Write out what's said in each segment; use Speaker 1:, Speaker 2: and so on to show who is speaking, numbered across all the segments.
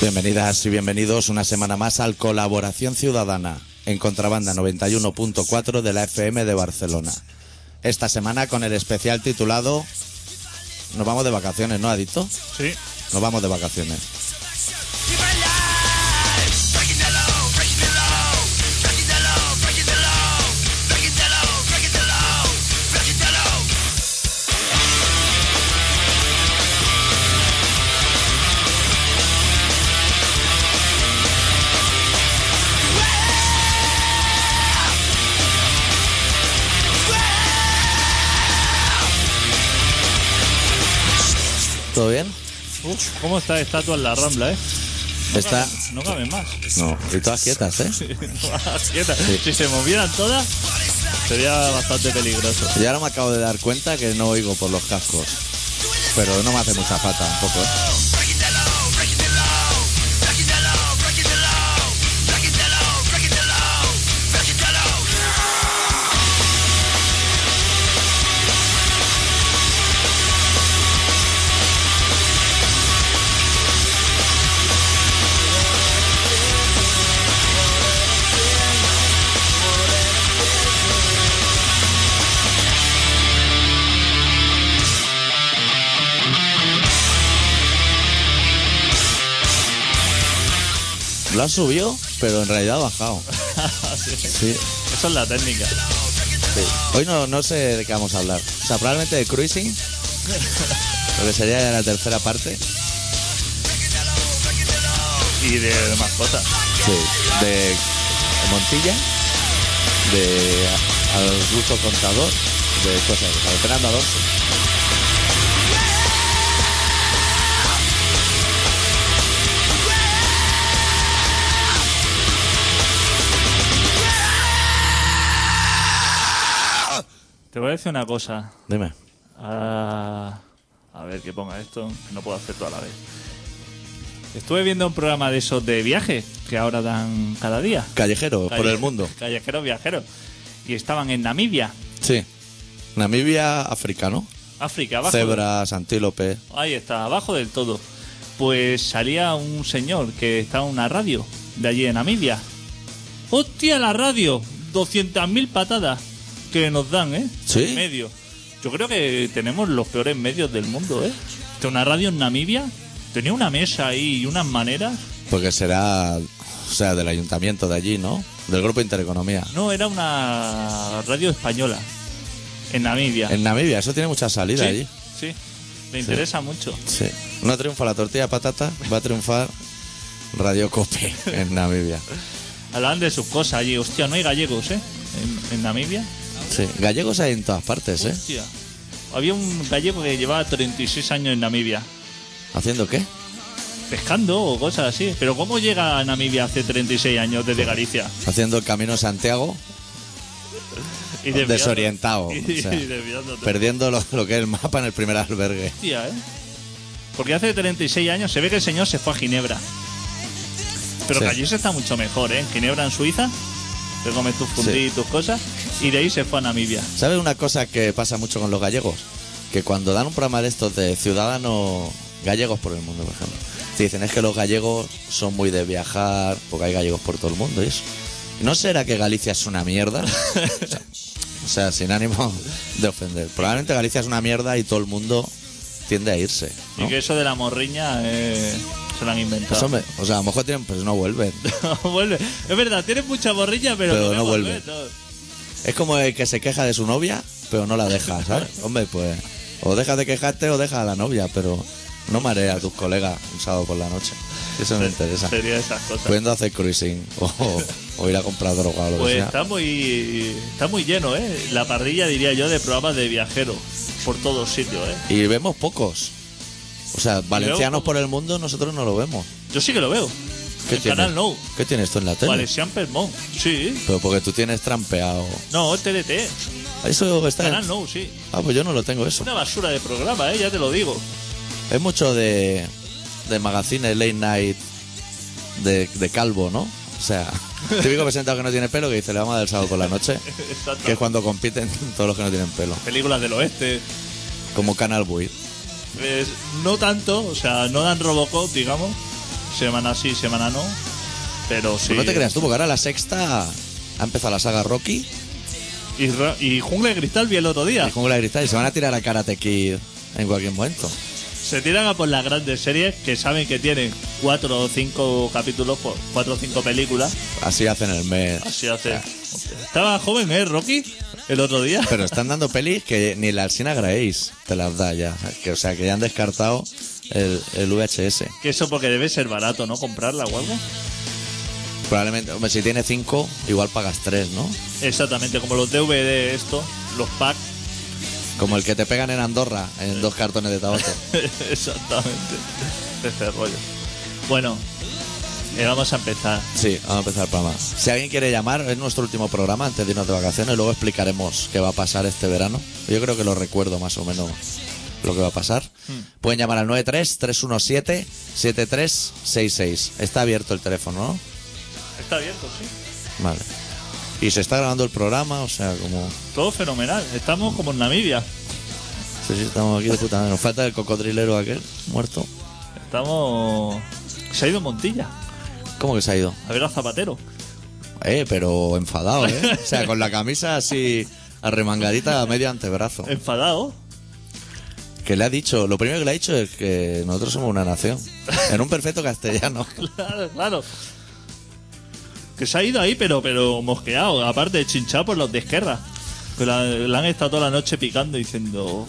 Speaker 1: Bienvenidas y bienvenidos una semana más al Colaboración Ciudadana en Contrabanda 91.4 de la FM de Barcelona. Esta semana con el especial titulado Nos vamos de vacaciones, ¿no, Adicto?
Speaker 2: Sí.
Speaker 1: Nos vamos de vacaciones. ¿Todo bien?
Speaker 2: Uf, ¿cómo está estatua en la rambla, eh?
Speaker 1: Está.
Speaker 2: No caben más.
Speaker 1: No, y todas quietas, ¿eh?
Speaker 2: Quieta. Si se movieran todas, sería bastante peligroso.
Speaker 1: Y ahora me acabo de dar cuenta que no oigo por los cascos. Pero no me hace mucha falta un poco, ¿eh? Lo ha subido, pero en realidad ha bajado. Sí.
Speaker 2: Esa es la técnica.
Speaker 1: Hoy no, no sé de qué vamos a hablar. O sea, probablemente de cruising. Lo que sería ya la tercera parte.
Speaker 2: Y de, de más cosas.
Speaker 1: Sí. De Montilla. De a- al gusto contador. De cosas. O sea, de Fernando Alonso.
Speaker 2: Te voy a decir una cosa.
Speaker 1: Dime.
Speaker 2: Ah, a ver que ponga esto. No puedo hacer todo a la vez. Estuve viendo un programa de esos de viaje que ahora dan cada día.
Speaker 1: Callejero, por el mundo.
Speaker 2: Callejeros viajeros. Y estaban en Namibia,
Speaker 1: Sí. Namibia, África, ¿no?
Speaker 2: África, abajo.
Speaker 1: Cebras, antílope.
Speaker 2: Ahí está, abajo del todo. Pues salía un señor que estaba en una radio de allí en Namibia. ¡Hostia, la radio! 200.000 patadas que nos dan, ¿eh?
Speaker 1: Sí.
Speaker 2: En medio. Yo creo que tenemos los peores medios del mundo, ¿eh? Que una radio en Namibia tenía una mesa ahí y unas maneras.
Speaker 1: Porque será, o sea, del ayuntamiento de allí, ¿no? Del grupo Intereconomía.
Speaker 2: No, era una radio española en Namibia.
Speaker 1: En Namibia, eso tiene mucha salida
Speaker 2: sí,
Speaker 1: allí.
Speaker 2: sí. Me interesa mucho.
Speaker 1: Sí. No triunfa la tortilla de patata, va a triunfar Radio Cope en Namibia.
Speaker 2: Hablaban de sus cosas allí. Hostia, no hay gallegos, ¿eh? En- en Namibia.
Speaker 1: Sí. Gallegos hay en todas partes, ¿eh?
Speaker 2: Hostia. Había un gallego que llevaba 36 años en Namibia,
Speaker 1: ¿Haciendo qué?
Speaker 2: pescando o cosas así. Pero ¿cómo llega a Namibia hace 36 años desde Galicia?
Speaker 1: Haciendo el camino Santiago,
Speaker 2: Y
Speaker 1: Desorientado,
Speaker 2: Y,
Speaker 1: o sea.
Speaker 2: y desviándote.
Speaker 1: perdiendo lo, lo que es el mapa en el primer albergue.
Speaker 2: Hostia, ¿eh? Porque hace 36 años se ve que el señor se fue a Ginebra. Pero
Speaker 1: Sí.
Speaker 2: que allí se está mucho mejor, ¿eh? En Ginebra, en Suiza, te comes tus fundí
Speaker 1: Sí.
Speaker 2: y tus cosas. Y de ahí se fue a Namibia.
Speaker 1: ¿Sabes una cosa que pasa mucho con los gallegos? Que cuando dan un programa de estos de ciudadanos gallegos por el mundo, por ejemplo, te dicen es que los gallegos son muy de viajar, porque hay gallegos por todo el mundo y eso. ¿No será que Galicia es una mierda? O sea, o sea, sin ánimo de ofender. Probablemente Galicia es una mierda y todo el mundo tiende a irse. ¿no?
Speaker 2: Y que eso de la morriña eh, se lo han inventado.
Speaker 1: Pues hombre, o sea, a lo mejor tienen, pues no vuelven.
Speaker 2: No, vuelve. Es verdad, tienes mucha morriña, pero,
Speaker 1: Pero
Speaker 2: que
Speaker 1: no
Speaker 2: vuelve, no.
Speaker 1: Es como el que se queja de su novia, pero no la deja, ¿sabes? Hombre, pues o deja de quejarte o deja a la novia, pero no marea a tus colegas un sábado por la noche. Eso me interesa.
Speaker 2: Sería esas cosas. Pues,
Speaker 1: Pudiendo hacer cruising o, o ir a comprar droga o lo que sea.
Speaker 2: está muy está muy lleno, ¿eh? La parrilla, diría yo, de programas de viajeros por todos sitios, ¿eh?
Speaker 1: Y vemos pocos. O sea, valencianos por el mundo nosotros no lo vemos.
Speaker 2: Yo sí que lo veo.
Speaker 1: ¿Qué
Speaker 2: en
Speaker 1: tienes?
Speaker 2: Canal No.
Speaker 1: ¿Qué tienes tú en la tele?
Speaker 2: Valencian Permón. Sí.
Speaker 1: Pero porque tú tienes trampeado.
Speaker 2: No, TDT.
Speaker 1: Eso está. en-
Speaker 2: Canal No, sí.
Speaker 1: Ah, pues yo no lo tengo eso.
Speaker 2: Una basura de programa, ¿eh? Ya te lo digo.
Speaker 1: Es mucho de, de magazines late night de, de calvo, ¿no? O sea, típico presentado que no tiene pelo que dice le vamos a dar el sábado por la noche,
Speaker 2: Exacto.
Speaker 1: que es cuando compiten todos los que no tienen pelo,
Speaker 2: Películas del oeste.
Speaker 1: como Canal Buit.
Speaker 2: Es- no tanto, o sea, no dan Robocop, digamos. semana sí, semana no. Pero sí.
Speaker 1: Pues no te creas tú, porque ahora la sexta ha empezado la saga Rocky
Speaker 2: Y, ra- y Jungla de Cristal vi el otro día.
Speaker 1: y Jungla de Cristal y se van a tirar a Karate Kid en cualquier momento.
Speaker 2: Se tiran a por las grandes series que saben que tienen cuatro o cinco capítulos, por- cuatro o cinco películas.
Speaker 1: Así hacen el mes.
Speaker 2: Así hace. Estaba joven, ¿eh, Rocky? El otro día.
Speaker 1: Pero están dando pelis que ni la Alcina Grace te las da ya. Que, o sea, que ya han descartado el, el VHS.
Speaker 2: Que eso porque debe ser barato, ¿no? Comprarla o algo.
Speaker 1: Probablemente, hombre, si tienes cinco, igual pagas tres, ¿no?
Speaker 2: Exactamente, como los DVD, esto, los packs.
Speaker 1: Como el que te pegan en Andorra en dos cartones de tabaco.
Speaker 2: Exactamente. Ese rollo. Bueno, eh, vamos a empezar.
Speaker 1: Sí, vamos a empezar el programa. Si alguien quiere llamar, es nuestro último programa antes de irnos de vacaciones. Luego explicaremos qué va a pasar este verano. Yo creo que lo recuerdo más o menos lo que va a pasar. Pueden llamar al 93-317-7366. Está abierto el teléfono, ¿no?
Speaker 2: Está abierto, sí.
Speaker 1: Vale. Y se está grabando el programa, o sea, como.
Speaker 2: Todo fenomenal. Estamos como en Namibia.
Speaker 1: Sí, sí, estamos aquí de puta madre. Nos falta el cocodrilero aquel, muerto.
Speaker 2: Estamos. Se ha ido Montilla.
Speaker 1: ¿Cómo que se ha ido?
Speaker 2: A ver a Zapatero.
Speaker 1: Eh, pero enfadado, ¿eh? O sea, con la camisa así arremangadita a medio antebrazo.
Speaker 2: Eh. Enfadado.
Speaker 1: Que le ha dicho, lo primero que le ha dicho es que nosotros somos una nación. En un perfecto castellano.
Speaker 2: Claro, claro. Que se ha ido ahí, pero, pero mosqueado. Aparte de chinchado por los de Esquerra. Que la, la han estado toda la noche picando diciendo.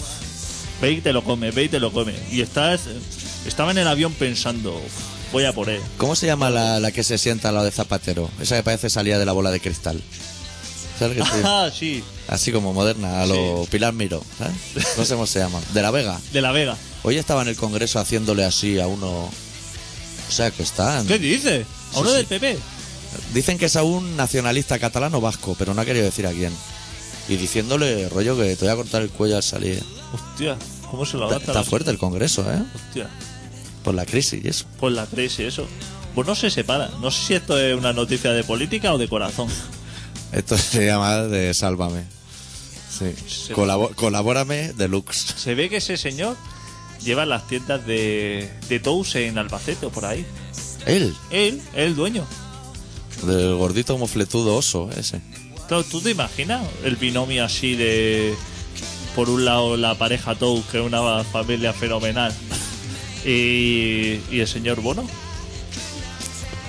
Speaker 2: Ve y te lo come, ve y te lo come. Y estás, estaba en el avión pensando. Voy a por él.
Speaker 1: ¿Cómo se llama la, la que se sienta al lado de Zapatero? Esa que parece salida de la bola de cristal. ¿Sabes qué estoy-
Speaker 2: Ah, sí.
Speaker 1: Así como moderna, a lo Pilar Miró, ¿sabes? No sé cómo se llama. De la Vega.
Speaker 2: De la Vega.
Speaker 1: Hoy estaba en el Congreso haciéndole así a uno. O sea, que están.
Speaker 2: ¿Qué dices? ¿A uno
Speaker 1: Sí,
Speaker 2: del PP?
Speaker 1: Dicen que es a un nacionalista catalano vasco, pero no ha querido decir a quién. Y diciéndole, rollo, que te voy a cortar el cuello al salir.
Speaker 2: Hostia, ¿cómo se lo
Speaker 1: Está,
Speaker 2: gasta
Speaker 1: está
Speaker 2: la-
Speaker 1: fuerte el Congreso, ¿eh?
Speaker 2: Hostia,
Speaker 1: Por la crisis y eso.
Speaker 2: por la crisis eso. Pues no se separa. No sé si esto es una noticia de política o de corazón.
Speaker 1: Esto se llama de Sálvame. Sí.
Speaker 2: Sí.
Speaker 1: Colabo- colabórame deluxe.
Speaker 2: Se ve que ese señor lleva las tiendas de, de Tous en Albacete o por ahí.
Speaker 1: Él,
Speaker 2: Él es el dueño.
Speaker 1: del gordito mofletudo oso ese.
Speaker 2: Claro, ¿Tú te imaginas el binomio así de... Por un lado la pareja Tous, que es una familia fenomenal. Y, y el señor Bono.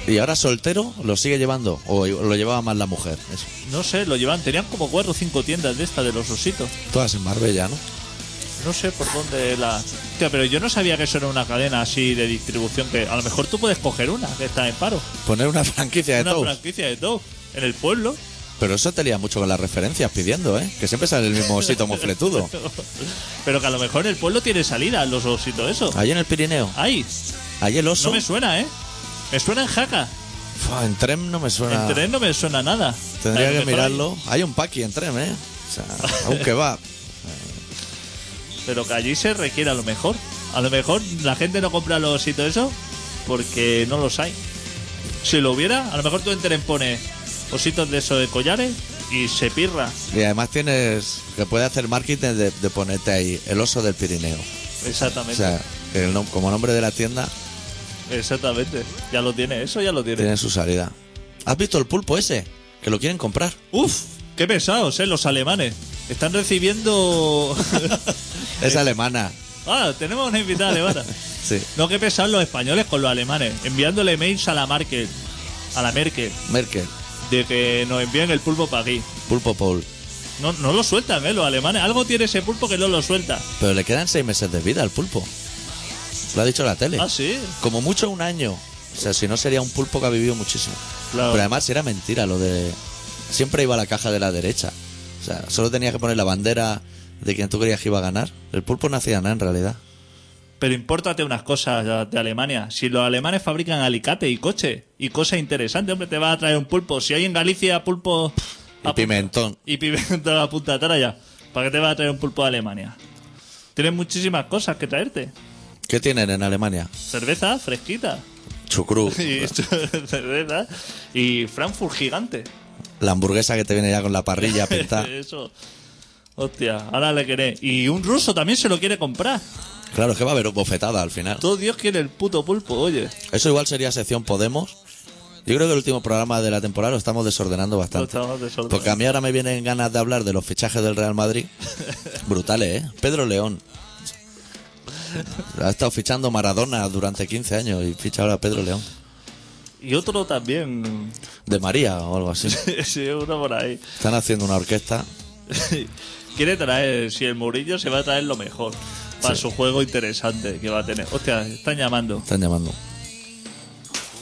Speaker 1: Y ahora soltero lo sigue llevando, o lo llevaba más la mujer. eso.
Speaker 2: No sé, lo llevan. Tenían como cuatro o cinco tiendas de estas de los ositos.
Speaker 1: Todas en Marbella, ¿no?
Speaker 2: No sé por dónde la. Hostia, pero yo no sabía que eso era una cadena así de distribución que a lo mejor tú puedes coger una que está en paro.
Speaker 1: Poner una franquicia de
Speaker 2: una
Speaker 1: todo.
Speaker 2: franquicia de todo. En el pueblo.
Speaker 1: Pero eso te lía mucho con las referencias pidiendo, ¿eh? Que siempre sale el mismo osito mofletudo.
Speaker 2: Pero que a lo mejor en el pueblo tiene salida los ositos eso.
Speaker 1: Allí en el Pirineo,
Speaker 2: Ahí.
Speaker 1: allí el oso.
Speaker 2: No me suena, ¿eh? Me suena en jaca.
Speaker 1: Fua, en Trem no me suena.
Speaker 2: En tren no me suena nada. A
Speaker 1: Tendría
Speaker 2: lo
Speaker 1: que
Speaker 2: mejor
Speaker 1: mirarlo. Hay un paqui en Trem, ¿eh? O sea, aunque va.
Speaker 2: ahí- Pero que allí se requiere a lo mejor. A lo mejor la gente no compra los ositos eso porque no los hay. Si lo hubiera, a lo mejor tú en tren pones ositos de esos de collares y se pirra.
Speaker 1: Y además tienes que puede hacer marketing de, de ponerte ahí el oso del Pirineo. O
Speaker 2: Exactamente.
Speaker 1: sea, que el nom- como nombre de la tienda
Speaker 2: Exactamente. Ya lo tiene, eso ya lo tiene.
Speaker 1: tiene su salida. ¿Has visto el pulpo ese? Que lo quieren comprar.
Speaker 2: Uf, qué pesados, eh, los alemanes. Están recibiendo.
Speaker 1: Es alemana.
Speaker 2: ah, tenemos una invitada alemana.
Speaker 1: Sí.
Speaker 2: No, qué pesados los españoles con los alemanes. Enviándole mails a la Merkel. A la Merkel.
Speaker 1: Merkel.
Speaker 2: De que nos envíen el pulpo para aquí.
Speaker 1: Pulpo Paul.
Speaker 2: No, no lo sueltan, eh, los alemanes. Algo tiene ese pulpo que no lo suelta.
Speaker 1: Pero le quedan seis meses de vida al pulpo. Lo ha dicho la tele.
Speaker 2: Ah, sí.
Speaker 1: Como mucho un año. O sea, si no sería un pulpo que ha vivido muchísimo.
Speaker 2: Claro.
Speaker 1: Pero además era mentira lo de... Siempre iba a la caja de la derecha. O sea, solo tenías que poner la bandera de quien tú creías que iba a ganar. El pulpo no hacía nada en realidad.
Speaker 2: Pero impórtate unas cosas de Alemania. Si los alemanes fabrican alicate y coche y cosas interesantes, hombre, te va a traer un pulpo. Si hay en Galicia pulpo.
Speaker 1: Y
Speaker 2: a pu-
Speaker 1: pimentón.
Speaker 2: y pimentón a punta ya. ¿Para qué te va a traer un pulpo de Alemania? Tienes muchísimas cosas que traerte.
Speaker 1: ¿Qué tienen en Alemania?
Speaker 2: Cerveza fresquita.
Speaker 1: Chucrú.
Speaker 2: Y, cerveza. Y Frankfurt gigante.
Speaker 1: La hamburguesa que te viene ya con la parrilla pintada.
Speaker 2: Eso. Hostia, ahora le querés. Y un ruso también se lo quiere comprar.
Speaker 1: Claro, es que va a haber bofetada al final.
Speaker 2: Todo Dios quiere el puto pulpo, oye.
Speaker 1: Eso igual sería sección Podemos. Yo creo que el último programa de la temporada lo estamos desordenando
Speaker 2: Lo
Speaker 1: bastante.
Speaker 2: estamos desordenando.
Speaker 1: Porque a mí ahora me vienen ganas de hablar de los fichajes del Real Madrid. Brutales, ¿eh? Pedro León. Ha estado fichando Maradona durante 15 años y ficha ahora a Pedro León.
Speaker 2: Y otro también.
Speaker 1: De María o algo así.
Speaker 2: sí, uno por ahí.
Speaker 1: Están haciendo una orquesta.
Speaker 2: Quiere traer, si el Mourinho se va a traer lo mejor. Para
Speaker 1: Sí.
Speaker 2: su juego interesante que va a tener. Hostia, están llamando.
Speaker 1: Están llamando.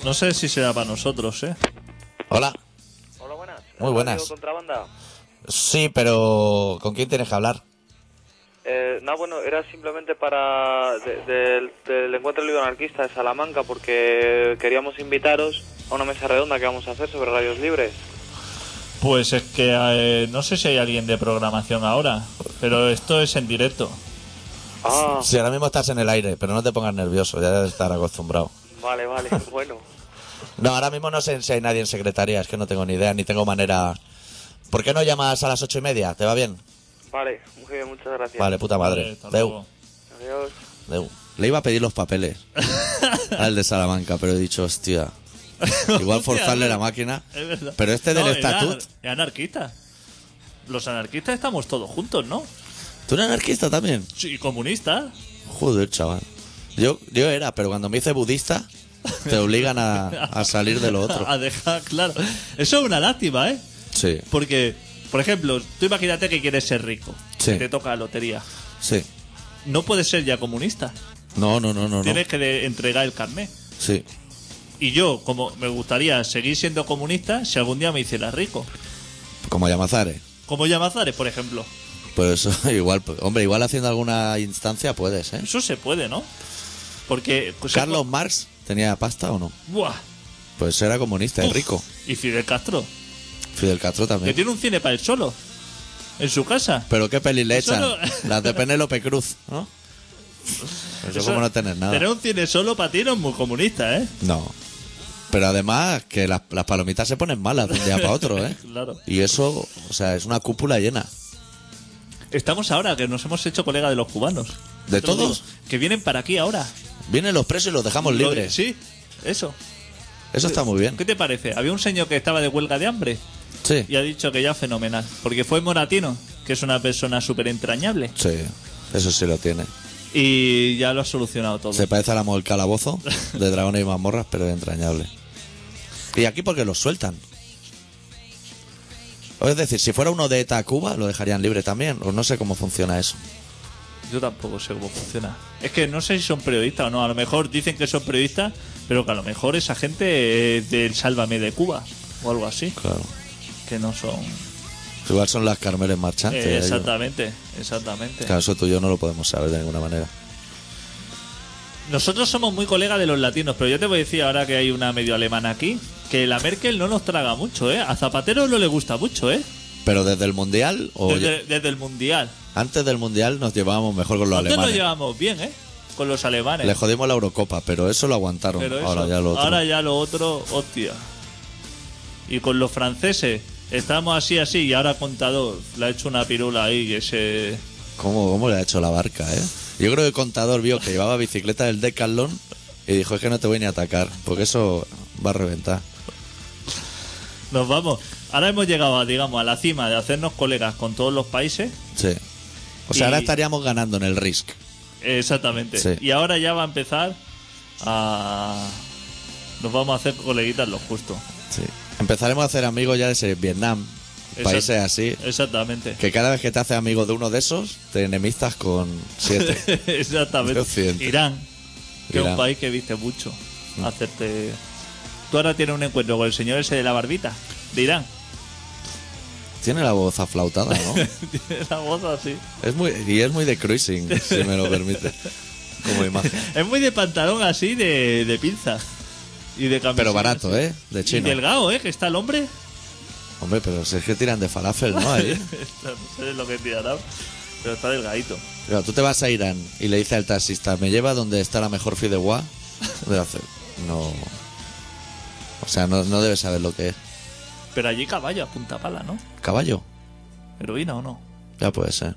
Speaker 2: No sé si será para nosotros, ¿eh?
Speaker 1: Hola.
Speaker 3: Hola, buenas.
Speaker 1: Muy buenas.
Speaker 3: Radio Contrabanda.
Speaker 1: Sí, pero ¿con quién tienes que hablar?
Speaker 3: Eh, no, bueno, era simplemente para de- del- del encuentro libre anarquista de Salamanca porque queríamos invitaros a una mesa redonda que vamos a hacer sobre radios libres.
Speaker 2: Pues es que eh, no sé si hay alguien de programación ahora, pero esto es en directo.
Speaker 3: Ah,
Speaker 1: Si ahora mismo estás en el aire, pero no te pongas nervioso, ya debes estar acostumbrado.
Speaker 3: vale, vale, bueno.
Speaker 1: No, ahora mismo no sé si hay nadie en secretaría, es que no tengo ni idea, ni tengo manera. ¿Por qué no llamas a las ocho y media? ¿Te va bien?
Speaker 3: Vale, muy bien, muchas gracias.
Speaker 1: Vale, puta
Speaker 2: Eh,
Speaker 1: madre.
Speaker 2: hasta
Speaker 1: Deu,
Speaker 2: luego.
Speaker 3: Adiós.
Speaker 1: deu. Le iba a pedir los papeles al de Salamanca, pero he dicho, hostia. Igual forzarle la máquina.
Speaker 2: Es verdad.
Speaker 1: Pero este del
Speaker 2: No, es
Speaker 1: estatut.
Speaker 2: anar- Es anarquista. Los anarquistas estamos todos juntos, ¿no?
Speaker 1: ¿Tú eres anarquista también?
Speaker 2: Sí, Y comunistas.
Speaker 1: Joder, chaval. Yo, yo era, pero cuando me hice budista, te obligan a, a salir de lo otro.
Speaker 2: A dejar claro. Eso es una lástima, ¿eh?
Speaker 1: Sí,
Speaker 2: Porque, por ejemplo, tú imagínate que quieres ser rico.
Speaker 1: Sí.
Speaker 2: Que te toca la lotería.
Speaker 1: sí.
Speaker 2: No puedes ser ya comunista.
Speaker 1: No, no, no, no. no.
Speaker 2: Tienes que de- entregar el carnet.
Speaker 1: Sí.
Speaker 2: Y yo, como me gustaría seguir siendo comunista, si algún día me hiciera rico.
Speaker 1: Como Yamazares.
Speaker 2: Como Yamazares, por ejemplo.
Speaker 1: Pero eso igual, hombre, igual haciendo alguna instancia puedes, ¿eh?
Speaker 2: Eso se puede, ¿no? Porque... pues,
Speaker 1: Carlos Marx tenía pasta o no?
Speaker 2: ¡Buah!
Speaker 1: Pues era comunista, es
Speaker 2: Uf.
Speaker 1: rico.
Speaker 2: Y Fidel Castro.
Speaker 1: Fidel Castro
Speaker 2: Que
Speaker 1: también.
Speaker 2: tiene un cine para él solo. En su casa.
Speaker 1: Pero qué peli le
Speaker 2: Eso
Speaker 1: echan.
Speaker 2: no-
Speaker 1: Las de Penélope Cruz, ¿no? Eso, como no tener nada.
Speaker 2: Tener un cine solo para ti no es muy comunista, ¿eh?
Speaker 1: No. Pero además que las, las palomitas se ponen malas de un día para otro, ¿eh?
Speaker 2: Claro.
Speaker 1: Y eso, o sea, es una cúpula llena.
Speaker 2: Estamos ahora, que nos hemos hecho colegas de los cubanos.
Speaker 1: ¿De
Speaker 2: Te lo
Speaker 1: todos?
Speaker 2: digo, Que vienen para aquí ahora.
Speaker 1: Vienen los presos y los dejamos
Speaker 2: Lo-
Speaker 1: libres.
Speaker 2: Sí, eso.
Speaker 1: Eso está muy bien.
Speaker 2: ¿Qué te parece? Había un señor que estaba de huelga de hambre
Speaker 1: Sí.
Speaker 2: y ha dicho que ya fenomenal. Porque fue Moratino, que es una persona súper entrañable.
Speaker 1: Sí. Eso sí lo tiene.
Speaker 2: Y ya lo ha solucionado todo.
Speaker 1: Se parece al amo del calabozo de dragones y mazmorras, pero es entrañable. Y aquí porque los sueltan. O Es decir, si fuera uno de ETA a Cuba, lo dejarían libre también. O no sé cómo funciona eso.
Speaker 2: Yo tampoco sé cómo funciona. Es que no sé si son periodistas o no. A lo mejor dicen que son periodistas, pero que a lo mejor esa gente es del Sálvame de Cuba o algo así.
Speaker 1: Claro.
Speaker 2: Que no son.
Speaker 1: Igual son las Carmeles
Speaker 2: Eh,
Speaker 1: marchantes. ellos.
Speaker 2: exactamente, exactamente.
Speaker 1: Ah, Claro, eso este tú y yo no lo podemos saber de ninguna manera.
Speaker 2: Nosotros somos muy colegas de los latinos, pero yo te voy a decir ahora que hay una medio alemana aquí, que la Merkel no nos traga mucho, ¿eh? A Zapatero no le gusta mucho, ¿eh?
Speaker 1: Pero desde el Mundial, o ya-
Speaker 2: Desde, desde el Mundial.
Speaker 1: antes del Mundial nos llevábamos mejor con los
Speaker 2: Nosotros nos
Speaker 1: alemanes.
Speaker 2: llevamos bien, ¿eh? Con los alemanes.
Speaker 1: Le jodimos la Eurocopa, pero eso lo aguantaron.
Speaker 2: Pero eso,
Speaker 1: ahora ya lo otro.
Speaker 2: ahora ya lo otro, hostia. Y con los franceses, estamos así, así, y ahora Contador le ha hecho una pirula ahí que se...
Speaker 1: ¿Cómo, ¿Cómo le ha hecho la barca, eh? Yo creo que el contador vio que llevaba bicicleta del Decathlon y dijo, es que no te voy ni a atacar, porque eso va a reventar.
Speaker 2: Nos vamos. Ahora hemos llegado, a, digamos, a la cima de hacernos colegas con todos los países.
Speaker 1: Sí. O sea,
Speaker 2: Y-
Speaker 1: ahora estaríamos ganando en el Risk.
Speaker 2: Exactamente.
Speaker 1: Sí.
Speaker 2: Y ahora ya va a empezar a... Nos vamos a hacer coleguitas lo justo.
Speaker 1: Sí. Empezaremos a hacer amigos ya de ese Vietnam,
Speaker 2: Exact-
Speaker 1: países así,
Speaker 2: Exactamente.
Speaker 1: que cada vez que te haces amigo de uno de esos, te enemistas con siete.
Speaker 2: Exactamente.
Speaker 1: De Occidente.
Speaker 2: Irán, que es
Speaker 1: Irán. Mm.
Speaker 2: un país que viste mucho. Hacerte. Tú ahora tienes un encuentro con el señor ese de la barbita, de Irán.
Speaker 1: Tiene la voz aflautada, ¿no?
Speaker 2: Tiene la voz así.
Speaker 1: Es muy, y es muy de cruising, si me lo permite, como imagen.
Speaker 2: Es muy de pantalón así, de, de pinza. Y de camiseta
Speaker 1: Pero barato,
Speaker 2: así.
Speaker 1: ¿eh? De
Speaker 2: Y
Speaker 1: chino.
Speaker 2: delgado, ¿eh? Que está el hombre.
Speaker 1: Hombre, pero si es que tiran de falafel, ¿no? Ahí.
Speaker 2: no sé lo que tirará, pero está delgadito.
Speaker 1: Claro, tú te vas a Irán y le dices al taxista, me lleva donde está la mejor fideuá de la ce-". No. O sea, no, no debes saber lo que es.
Speaker 2: Pero allí caballo a punta pala, ¿no?
Speaker 1: ¿Caballo?
Speaker 2: Heroína o no.
Speaker 1: Ya puede ser.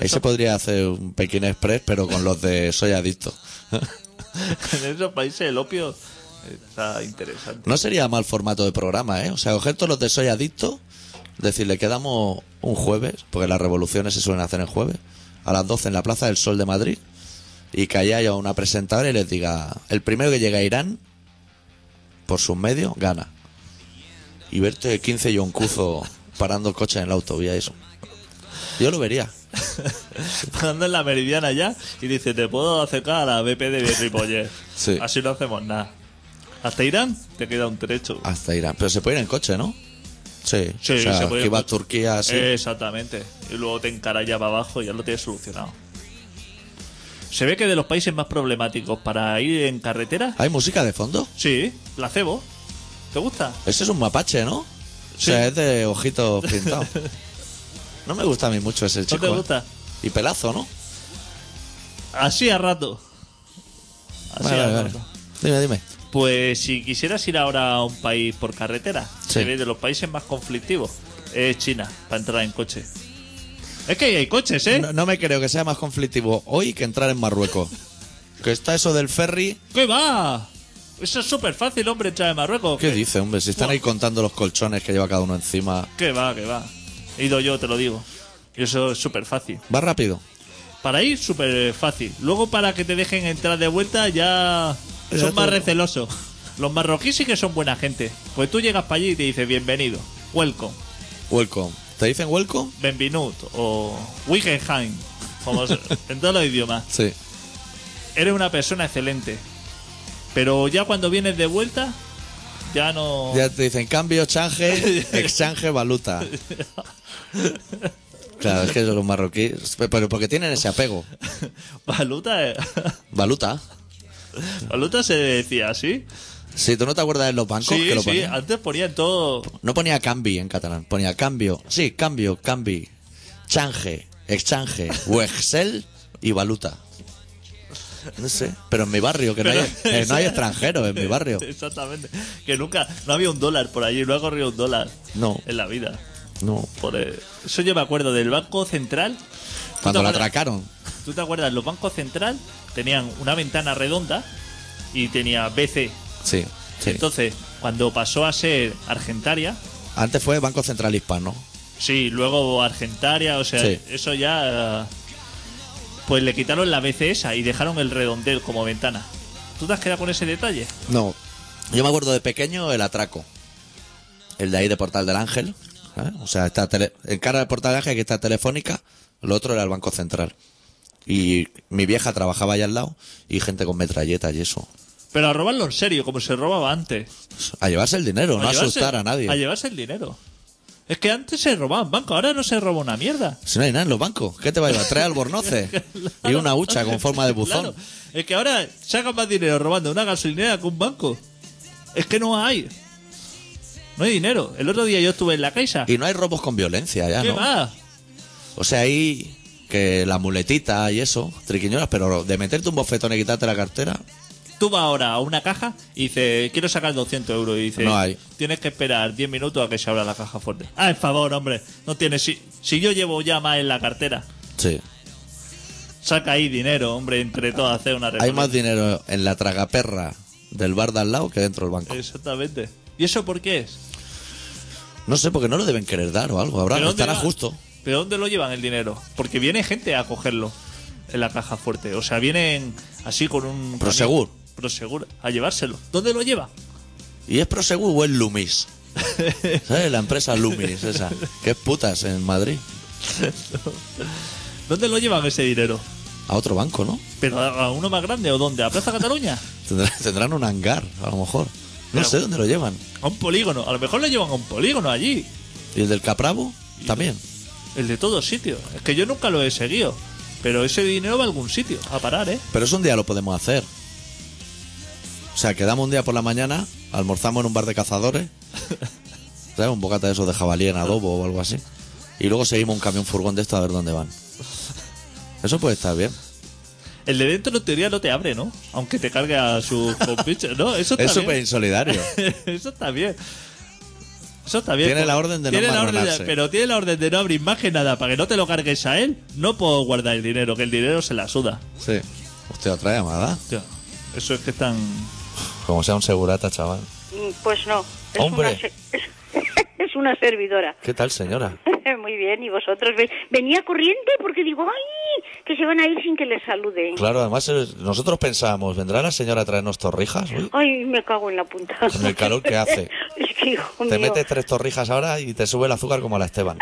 Speaker 1: Ahí se podría hacer un Pekín Express, pero con los de Soy Adicto.
Speaker 2: En esos países el opio está interesante.
Speaker 1: No sería mal formato de programa, ¿eh? O sea, coger todos los de Soy Adicto, decirle que damos un jueves, porque las revoluciones se suelen hacer en jueves, a las 12 en la Plaza del Sol de Madrid, y que allá haya una presentadora y les diga, el primero que llega a Irán, por sus medios, gana. Y verte 15 yoncuzos parando coches en la autovía y eso. Yo lo vería.
Speaker 2: Anda en la meridiana ya y dice, te puedo acercar a la BP de Ripoller.
Speaker 1: Sí.
Speaker 2: Así no hacemos nada. Hasta Irán te queda un trecho.
Speaker 1: Hasta Irán. Pero se puede ir en coche, ¿no? Sí.
Speaker 2: Sí,
Speaker 1: Ah, o sea,
Speaker 2: se puede ir
Speaker 1: que
Speaker 2: en
Speaker 1: va a
Speaker 2: coche. Eh,
Speaker 1: Turquía, sí.
Speaker 2: Exactamente. Y luego te encaras ya para abajo y ya lo tienes solucionado. Se ve que de los países más problemáticos para ir en carretera,
Speaker 1: ¿Hay música de fondo?
Speaker 2: sí, placebo. ¿Te gusta?
Speaker 1: Ese es un mapache, ¿no? O
Speaker 2: Sí.
Speaker 1: sea, es de ojitos pintados. No me gusta a mí mucho ese chico.
Speaker 2: te
Speaker 1: ¿eh?
Speaker 2: gusta?
Speaker 1: Y pelazo, ¿no?
Speaker 2: Así a rato. Así
Speaker 1: Vale,
Speaker 2: a
Speaker 1: vale, vale.
Speaker 2: rato.
Speaker 1: Dime, dime.
Speaker 2: Pues si quisieras ir ahora a un país por carretera,
Speaker 1: Sí.
Speaker 2: se ve de los países más conflictivos, es China, para entrar en coche. Es que ahí hay coches, ¿eh?
Speaker 1: No, no me creo que sea más conflictivo hoy que entrar en Marruecos. que está eso del ferry.
Speaker 2: ¿Qué va? Eso es súper fácil, hombre, entrar en Marruecos.
Speaker 1: ¿Qué dice, hombre? Si están ahí contando los colchones que lleva cada uno encima.
Speaker 2: Que va, que va. He ido yo, te lo digo. Y eso es súper fácil.
Speaker 1: Va rápido.
Speaker 2: Para ir, súper fácil. Luego, para que te dejen entrar de vuelta, ya
Speaker 1: Ya
Speaker 2: son más
Speaker 1: todo.
Speaker 2: recelosos. Los marroquíes sí que son buena gente. Pues tú llegas para allí y te dices bienvenido, welcome,
Speaker 1: Welcome. ¿Te dicen welcome?
Speaker 2: benvinut o Wigenheim, como se- en todos los idiomas.
Speaker 1: Sí.
Speaker 2: Eres una persona excelente. Pero ya cuando vienes de vuelta, ya no.
Speaker 1: Ya te dicen cambio, change, exchange, valuta. Claro, es que los marroquíes. Pero porque tienen ese apego.
Speaker 2: Valuta, eh,
Speaker 1: Valuta.
Speaker 2: valuta se decía así.
Speaker 1: Si tú no te acuerdas de los bancos
Speaker 2: Sí,
Speaker 1: que lo
Speaker 2: sí,
Speaker 1: ponían.
Speaker 2: antes ponían todo.
Speaker 1: No ponía cambi en catalán, ponía cambio. Sí, cambio, cambi. Change, exchange, wexel y valuta. No sé, pero en mi barrio, que no hay, eh, no hay extranjeros en mi barrio.
Speaker 2: Exactamente. Que nunca, no había un dólar por allí, no ha corrido un dólar.
Speaker 1: No.
Speaker 2: En la vida.
Speaker 1: No.
Speaker 2: Por, eh, eso yo me acuerdo del Banco Central. ¿Tú
Speaker 1: Cuando
Speaker 2: te
Speaker 1: la
Speaker 2: acuerdas-
Speaker 1: atracaron.
Speaker 2: ¿Tú te acuerdas? Los bancos central tenían una ventana redonda y tenía BC.
Speaker 1: Sí, sí.
Speaker 2: Entonces, cuando pasó a ser Argentaria,
Speaker 1: Antes fue Banco Central Hispano.
Speaker 2: sí, luego Argentaria, o sea,
Speaker 1: Sí.
Speaker 2: eso ya. eh, Pues le quitaron la BC esa y dejaron el redondel como ventana. ¿Tú te has quedado con ese detalle?
Speaker 1: No. Yo me acuerdo de pequeño el atraco. El de ahí de Portal del Ángel. ¿eh? O sea, está tele- en cara de Portal del Ángel que está telefónica. Lo otro era el Banco Central. Y mi vieja trabajaba allá al lado y gente con metralletas y eso.
Speaker 2: Pero a robarlo en serio, como se robaba antes.
Speaker 1: A llevarse el dinero, no
Speaker 2: A llevarse-
Speaker 1: asustar a nadie.
Speaker 2: A llevarse el dinero. Es que antes se robaban banco, ahora no se roba una mierda.
Speaker 1: Si no hay nada en los bancos, ¿qué te va a llevar? Tres albornoces y una hucha con forma de buzón.
Speaker 2: Claro, es que ahora sacan más dinero robando una gasolinera que un banco. Es que no hay. No hay dinero. El otro día yo estuve en la Caixa.
Speaker 1: Y no hay robos con violencia ya,
Speaker 2: ¿Qué
Speaker 1: ¿no?
Speaker 2: más?
Speaker 1: O sea, ahí que la muletita y eso, triquiñolas, pero de meterte un bofetón y quitarte la cartera,
Speaker 2: Tú vas ahora a una caja y dices, quiero sacar 200 euros. Y dices,
Speaker 1: No hay.
Speaker 2: tienes que esperar 10 minutos a que se abra la caja fuerte. Ah, por favor, hombre. No tienes. Si, si yo llevo ya más en la cartera,
Speaker 1: sí.
Speaker 2: saca ahí dinero, hombre, entre todos, hacer una
Speaker 1: Hay
Speaker 2: reunión.
Speaker 1: más dinero en la tragaperra del bar de al lado que dentro del banco.
Speaker 2: Exactamente. ¿Y eso por qué es?
Speaker 1: No sé, porque no lo deben querer dar o algo. Habrá,
Speaker 2: ¿Pero dónde
Speaker 1: estará
Speaker 2: va-
Speaker 1: justo.
Speaker 2: ¿Pero dónde lo llevan el dinero? Porque viene gente a cogerlo en la caja fuerte. O sea, vienen así con un...
Speaker 1: Prosegur.
Speaker 2: camión- Prosegur, a llevárselo. ¿Dónde lo lleva?
Speaker 1: ¿Y es Prosegur o es Lumis? ¿Sabes? La empresa Lumis esa. Qué putas en Madrid.
Speaker 2: ¿Dónde lo llevan ese dinero?
Speaker 1: A otro banco, ¿no?
Speaker 2: ¿Pero a a uno más grande o dónde? ¿A Plaza Cataluña?
Speaker 1: Tendrán, tendrán un hangar, a lo mejor. No
Speaker 2: Pero-
Speaker 1: sé dónde lo llevan.
Speaker 2: ¿A un polígono? A lo mejor lo llevan a un polígono allí.
Speaker 1: ¿Y el del Capravo? También.
Speaker 2: El de todos sitios. Es que yo nunca lo he seguido. Pero ese dinero va a algún sitio, a parar, ¿eh?
Speaker 1: Pero eso un día lo podemos hacer. O sea, quedamos un día por la mañana, almorzamos en un bar de cazadores, ¿sabes? Un bocata de esos de jabalí en adobo o algo así. Y luego seguimos un camión furgón de esto a ver dónde van. Eso puede estar bien.
Speaker 2: El de dentro en teoría no te abre, ¿no? Aunque te cargue a sus compinches, ¿no? Eso está
Speaker 1: Es
Speaker 2: bien.
Speaker 1: súper insolidario.
Speaker 2: Eso está bien. Eso está bien.
Speaker 1: Tiene
Speaker 2: porque-
Speaker 1: la orden de no
Speaker 2: tiene la orden de-
Speaker 1: marronarse.
Speaker 2: Pero tiene la orden de no abrir más que nada. Para que no te lo cargues a él, no puedo guardar el dinero, que el dinero se la suda.
Speaker 1: Sí. Hostia, otra llamada.
Speaker 2: Tío, eso es que están.
Speaker 1: Como sea un segurata, chaval.
Speaker 4: Mm, Pues no. Es
Speaker 1: Hombre.
Speaker 4: Una se- es una servidora.
Speaker 1: ¿Qué tal, señora?
Speaker 4: Muy bien, y vosotros. Ve- Venía corriente porque digo, ¡ay! Que se van a ir sin que les saluden.
Speaker 1: Claro, además eh, nosotros pensábamos, ¿vendrá la señora a traernos torrijas? Uy,
Speaker 4: ¡Ay! Me cago en la punta.
Speaker 1: Con Pues el calor que hace.
Speaker 4: Es que, hijo
Speaker 1: te
Speaker 4: mío.
Speaker 1: metes tres torrijas ahora y te sube el azúcar como a la Esteban.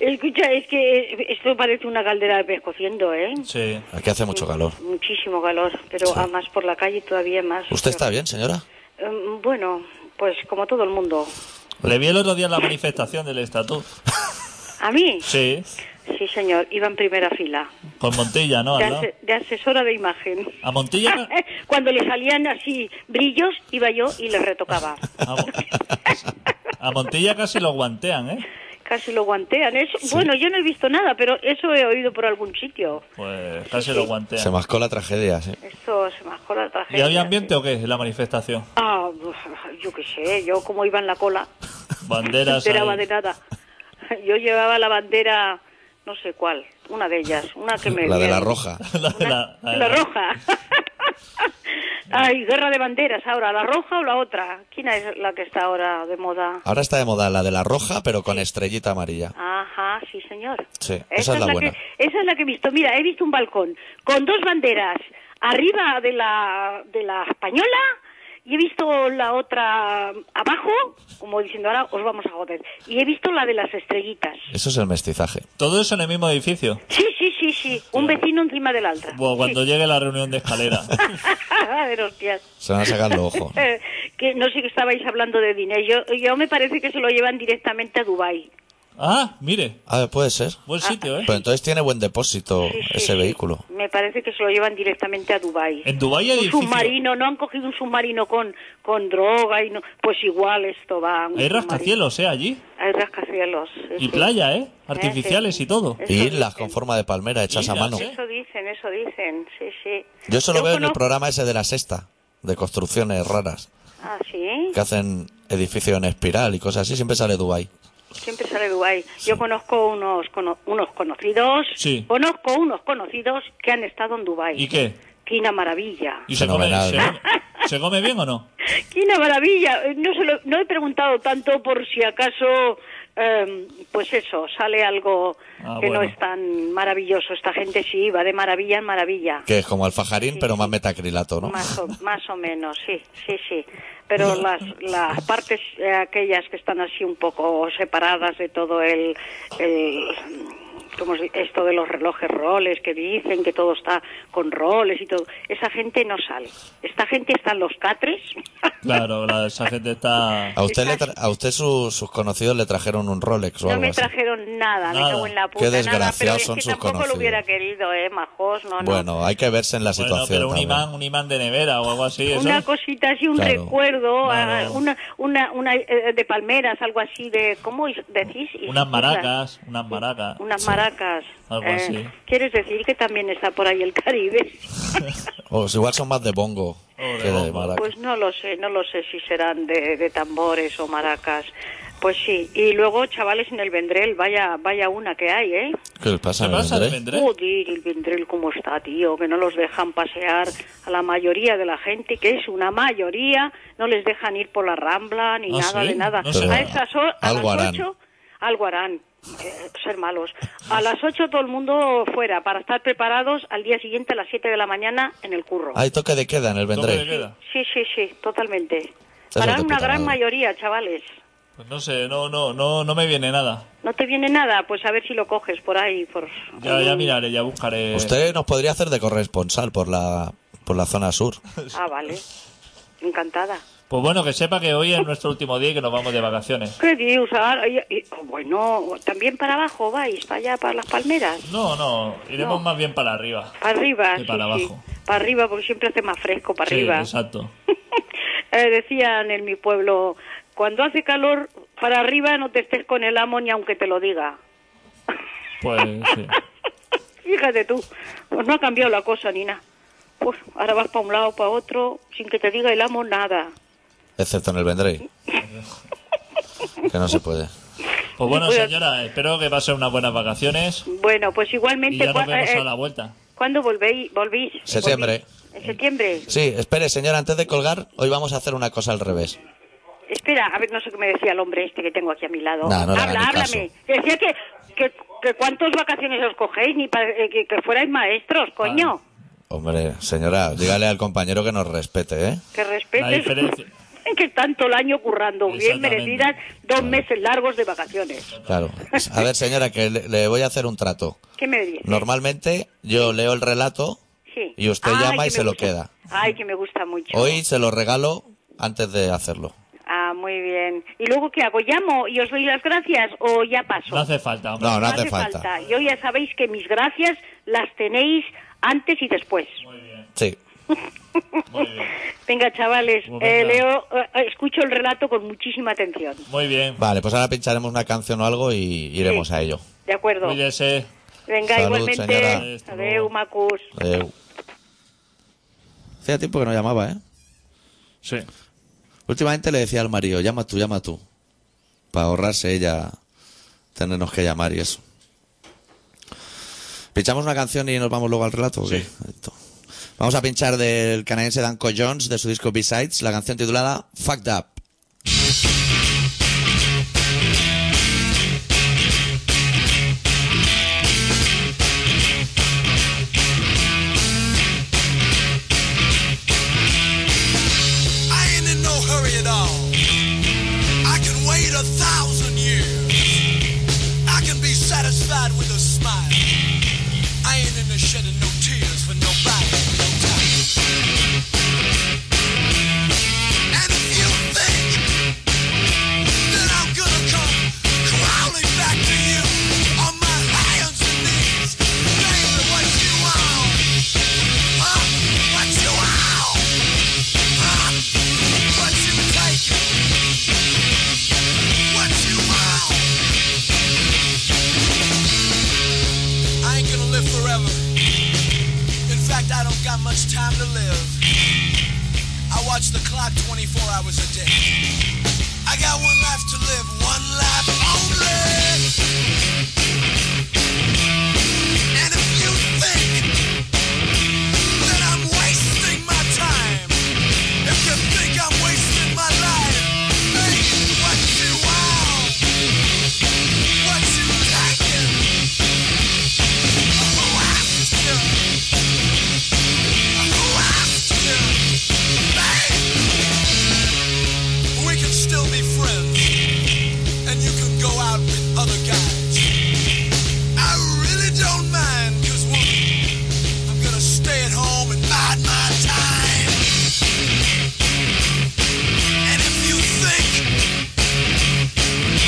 Speaker 4: Escucha, es que eh, esto parece una caldera de pez cociendo, ¿eh?
Speaker 2: Sí.
Speaker 1: Aquí hace mucho calor.
Speaker 4: Muchísimo calor, pero
Speaker 1: Sí.
Speaker 4: además por la calle todavía más.
Speaker 1: ¿Usted está bien, señora?
Speaker 4: Em, Bueno, pues como todo el mundo.
Speaker 2: Le vi el otro día en la manifestación del estatuto.
Speaker 4: ¿A mí?
Speaker 2: Sí.
Speaker 4: Sí, señor, iba en primera fila.
Speaker 2: Con Montilla, ¿no?
Speaker 4: De,
Speaker 2: Al lado.
Speaker 4: ase- de asesora de imagen.
Speaker 2: A Montilla.
Speaker 4: Cuando le salían así brillos, iba yo y les retocaba.
Speaker 2: A, Mo- a Montilla casi lo guantean, ¿eh?
Speaker 4: Casi lo guantean. Eso, Bueno, yo no he visto nada, pero eso he oído por algún sitio.
Speaker 2: Pues casi lo
Speaker 1: Se
Speaker 2: guantean.
Speaker 1: mascó la tragedia, sí.
Speaker 4: Esto se mejor la tragedia.
Speaker 2: ¿Y había ambiente o qué en la manifestación?
Speaker 4: Ah, pues, yo qué sé, yo como iba en la cola, no
Speaker 2: Banderas.
Speaker 4: enteraba
Speaker 2: ahí.
Speaker 4: de nada. Yo llevaba la bandera, no sé cuál, una de ellas, una que me...
Speaker 1: La de la
Speaker 4: dieron.
Speaker 1: roja.
Speaker 2: La- la- eh, la-
Speaker 4: La roja. Ay, guerra de banderas ahora, ¿la roja o la otra? ¿Quién es la que está ahora de moda?
Speaker 1: Ahora está de moda la de la roja, pero con estrellita amarilla.
Speaker 4: Ajá, sí, señor.
Speaker 1: Sí, esa es la buena.
Speaker 4: Que, esa es la que he visto. Mira, he visto un balcón con dos banderas arriba de la, de la española y he visto la otra abajo, como diciendo ahora os vamos a joder. Y he visto la de las estrellitas.
Speaker 1: Eso es el mestizaje.
Speaker 2: Todo eso en el mismo edificio.
Speaker 4: Sí, sí, sí, sí. Un vecino encima del otro.
Speaker 2: Buah, cuando llegue la reunión de escalera.
Speaker 4: A ver, hostias.
Speaker 1: Se van a sacar los ojos.
Speaker 4: Eh, que no sé que estabais hablando de dinero. Yo, yo me parece que se lo llevan directamente a Dubai.
Speaker 2: Ah, mire.
Speaker 1: A ver, puede ser.
Speaker 4: Ah.
Speaker 2: Buen sitio, ¿eh?
Speaker 1: Pero entonces tiene buen depósito ese vehículo.
Speaker 4: Me parece que se lo llevan directamente a Dubai.
Speaker 2: En Dubái hay
Speaker 4: un
Speaker 2: edificio.
Speaker 4: submarino, no han cogido un submarino con, con droga y no, pues igual esto va. un
Speaker 2: Hay
Speaker 4: submarino.
Speaker 2: rascacielos, ¿eh? Allí.
Speaker 4: Hay rascacielos. sí,
Speaker 2: Y
Speaker 4: sí.
Speaker 2: playa, ¿eh?
Speaker 4: sí.
Speaker 2: Artificiales y todo.
Speaker 4: Eso
Speaker 1: Y
Speaker 4: dicen.
Speaker 1: islas con forma de palmera hechas a
Speaker 2: Islas,
Speaker 1: mano.
Speaker 2: ¿eh?
Speaker 4: Eso dicen, eso dicen, sí, sí.
Speaker 1: Yo eso lo veo en el
Speaker 4: conozco-
Speaker 1: programa ese de la sexta, de construcciones raras,
Speaker 4: Ah, sí.
Speaker 1: que hacen edificios en espiral y cosas así. Siempre sale Dubai.
Speaker 4: Siempre sale Dubái. Yo conozco unos cono- unos conocidos,
Speaker 2: Sí.
Speaker 4: conozco unos conocidos que han estado en Dubái.
Speaker 2: ¿Y qué?
Speaker 4: Quina maravilla.
Speaker 2: ¿Y se come,
Speaker 1: Fenomenal.
Speaker 2: se, come- se come bien o no?
Speaker 4: Quina maravilla. Eh, No se lo- no he preguntado tanto por si acaso eh, pues eso, sale algo
Speaker 2: Ah,
Speaker 4: que
Speaker 2: bueno.
Speaker 4: no es tan maravilloso. Esta gente sí va de maravilla en maravilla.
Speaker 1: Que es como alfajarín, pero más metacrilato, ¿no?
Speaker 4: Más o, más o menos, sí, sí, sí. Pero las, las partes eh, aquellas que están así un poco separadas de todo el... el como esto de los relojes roles que dicen que todo está con roles y todo esa gente no sale esta gente está en los catres
Speaker 2: Claro, la- esa gente está...
Speaker 1: A usted, le tra- a usted su- sus conocidos le trajeron un Rolex o
Speaker 4: No
Speaker 1: algo
Speaker 4: me
Speaker 1: así.
Speaker 4: trajeron nada, me
Speaker 2: Nada.
Speaker 4: cago en la
Speaker 1: Qué
Speaker 4: puta. nada,
Speaker 1: desgraciados
Speaker 4: pero es
Speaker 1: son
Speaker 4: que
Speaker 1: sus
Speaker 4: tampoco
Speaker 1: conocidos.
Speaker 4: lo hubiera querido, ¿eh, majos? No, no.
Speaker 1: Bueno, hay que verse en la
Speaker 2: Bueno,
Speaker 1: situación.
Speaker 2: pero un
Speaker 1: también.
Speaker 2: imán, un imán de nevera o algo así. ¿eso?
Speaker 4: Una cosita así, un
Speaker 1: Claro.
Speaker 4: recuerdo,
Speaker 2: Claro.
Speaker 4: ah, una, una, una eh, de palmeras, algo así de, ¿cómo is- decís?
Speaker 2: Unas maracas, unas maracas.
Speaker 4: Unas maracas.
Speaker 2: Algo
Speaker 4: Eh,
Speaker 2: así.
Speaker 4: ¿Quieres decir que también está por ahí el Caribe?
Speaker 1: O si igual son más de bongo
Speaker 2: O Oh, de
Speaker 1: que de
Speaker 2: bongo.
Speaker 1: maraca.
Speaker 4: Pues no lo sé, no lo sé si serán de, de tambores o maracas. Pues sí, y luego chavales en el Vendrell, vaya, vaya una que hay, ¿eh?
Speaker 1: ¿Qué le pasa,
Speaker 2: ¿Qué pasa?
Speaker 1: Andrés?
Speaker 2: ¿Vendré?
Speaker 4: Joder, Oh, el vendrell cómo está, tío, que no los dejan pasear a la mayoría de la gente, que es una mayoría, no les dejan ir por la rambla ni
Speaker 2: Ah,
Speaker 4: nada
Speaker 2: ¿sí?
Speaker 4: de nada.
Speaker 2: No sé.
Speaker 4: a esas ho- a
Speaker 1: Algo harán.
Speaker 4: las ocho, algo harán, eh, ser malos.
Speaker 2: Pues
Speaker 4: A las ocho todo el mundo fuera para estar preparados al día siguiente a las siete de la mañana en el curro.
Speaker 1: Hay toque de queda en el
Speaker 2: ¿Toque de
Speaker 1: vendré.
Speaker 2: queda?
Speaker 4: Sí, sí, sí, totalmente.
Speaker 1: es
Speaker 4: Harán
Speaker 1: de
Speaker 4: una
Speaker 1: puta
Speaker 4: gran
Speaker 1: madre.
Speaker 4: mayoría, chavales.
Speaker 2: Pues no sé, no, no, no, no me viene nada.
Speaker 4: ¿No te viene nada? Pues a ver si lo coges por ahí. Por...
Speaker 2: Ya, ya miraré, ya buscaré.
Speaker 1: Usted nos podría hacer de corresponsal por la, por la zona sur.
Speaker 4: Ah, vale. Encantada.
Speaker 2: Pues bueno, que sepa que hoy es nuestro último día y que nos vamos de vacaciones.
Speaker 4: ¿Qué dios? ahora? Y- y- Bueno, también para abajo vais, para allá, para las palmeras.
Speaker 2: No, no, iremos
Speaker 4: No.
Speaker 2: más bien para arriba.
Speaker 4: Para arriba.
Speaker 2: Y para
Speaker 4: sí, sí.
Speaker 2: abajo.
Speaker 4: Para arriba, porque siempre hace más fresco para
Speaker 2: sí,
Speaker 4: arriba.
Speaker 2: exacto.
Speaker 4: Eh, decían en mi pueblo, cuando hace calor, para arriba no te estés con el amo ni aunque te lo diga.
Speaker 2: Pues sí.
Speaker 4: Fíjate tú, pues no ha cambiado la cosa ni nada. Pues ahora vas para un lado, para otro, sin que te diga el amo nada.
Speaker 1: Excepto en el vendré. Que no se puede.
Speaker 2: Pues bueno,
Speaker 4: Voy a-
Speaker 2: señora, espero que pasen unas buenas vacaciones
Speaker 4: Bueno, pues
Speaker 2: y
Speaker 4: igualmente.
Speaker 2: ya nos
Speaker 4: cua-
Speaker 2: vemos
Speaker 4: eh,
Speaker 2: a la vuelta.
Speaker 4: ¿Cuándo volvéis? ¿Volvís?
Speaker 1: Septiembre.
Speaker 4: ¿Volvís? ¿En septiembre?
Speaker 1: Sí, espere, señora, antes de colgar, hoy vamos a hacer una cosa al revés.
Speaker 4: Espera, a ver, no sé qué me decía el hombre este que tengo aquí a mi lado.
Speaker 1: Nah, no le haga
Speaker 4: Habla,
Speaker 1: ni
Speaker 4: háblame. Decía que, que, que cuántas vacaciones os cogéis, ni pa- eh, que, que fuerais
Speaker 1: Ah.
Speaker 4: maestros, coño.
Speaker 1: Hombre, señora, dígale al compañero que nos respete, ¿eh?
Speaker 4: Que
Speaker 2: La
Speaker 4: respetes.
Speaker 2: diferencia.
Speaker 4: que tanto el año currando, bien
Speaker 2: Exactamente.
Speaker 4: merecidas
Speaker 1: Ah.
Speaker 4: dos meses largos de vacaciones.
Speaker 1: Claro. A ver, señora, que le, le voy a hacer un trato.
Speaker 4: ¿Qué me dices?
Speaker 1: Normalmente yo leo el relato
Speaker 4: Sí.
Speaker 1: y usted llama
Speaker 4: que
Speaker 1: y
Speaker 4: me
Speaker 1: se lo
Speaker 4: gusta.
Speaker 1: queda.
Speaker 4: Ay, que me gusta mucho.
Speaker 1: Hoy se lo regalo antes de hacerlo.
Speaker 4: Ah, muy bien. ¿Y luego qué hago? ¿Llamo y os doy las gracias o ya paso?
Speaker 2: No hace falta. hombre.
Speaker 1: No, no hace falta.
Speaker 4: Yo ya sabéis que mis gracias las tenéis antes y después.
Speaker 1: Sí.
Speaker 2: Muy bien.
Speaker 4: Venga, chavales,
Speaker 2: Pues
Speaker 4: eh,
Speaker 2: venga.
Speaker 4: leo, eh, escucho el relato con muchísima atención.
Speaker 2: Muy bien.
Speaker 1: Vale, pues ahora pincharemos una canción o algo y iremos a ello.
Speaker 4: De acuerdo.
Speaker 2: Cuídese.
Speaker 4: Venga,
Speaker 1: Salud,
Speaker 4: igualmente.
Speaker 2: señora.
Speaker 4: Adeu, Macus.
Speaker 1: Adeu. Hacía tiempo que no llamaba, ¿eh?
Speaker 2: Sí.
Speaker 1: Últimamente le decía al marido, llama tú, llama tú. Para ahorrarse ella tenernos que llamar y eso. ¿Pinchamos una canción y nos vamos luego al relato? o qué? Esto. Vamos a pinchar del canadiense Danco Jones de su disco B-Sides la canción titulada Fucked Up.
Speaker 5: I ain't in no hurry at all. I can wait a thousand years. I can be satisfied with a smile. I ain't in the shedding no tears for nobody. no time. And if you think that I'm gonna come crawling back to you on my hands and knees, baby, what you want? Huh? What you want? Huh? What you take? What you want? I ain't gonna live forever. In fact, I don't got much time to live. I watch the clock 24 hours a day. I got one life to live, one life only. And if you think that I'm wasting my time. If you think I'm wasting my life, think what you want, what you liking. Who asked you? Who asked you? Hey! We can still be friends, and you can go out with other guys. I really don't mind, cause woman, I'm gonna stay at home and bide my time. And if you think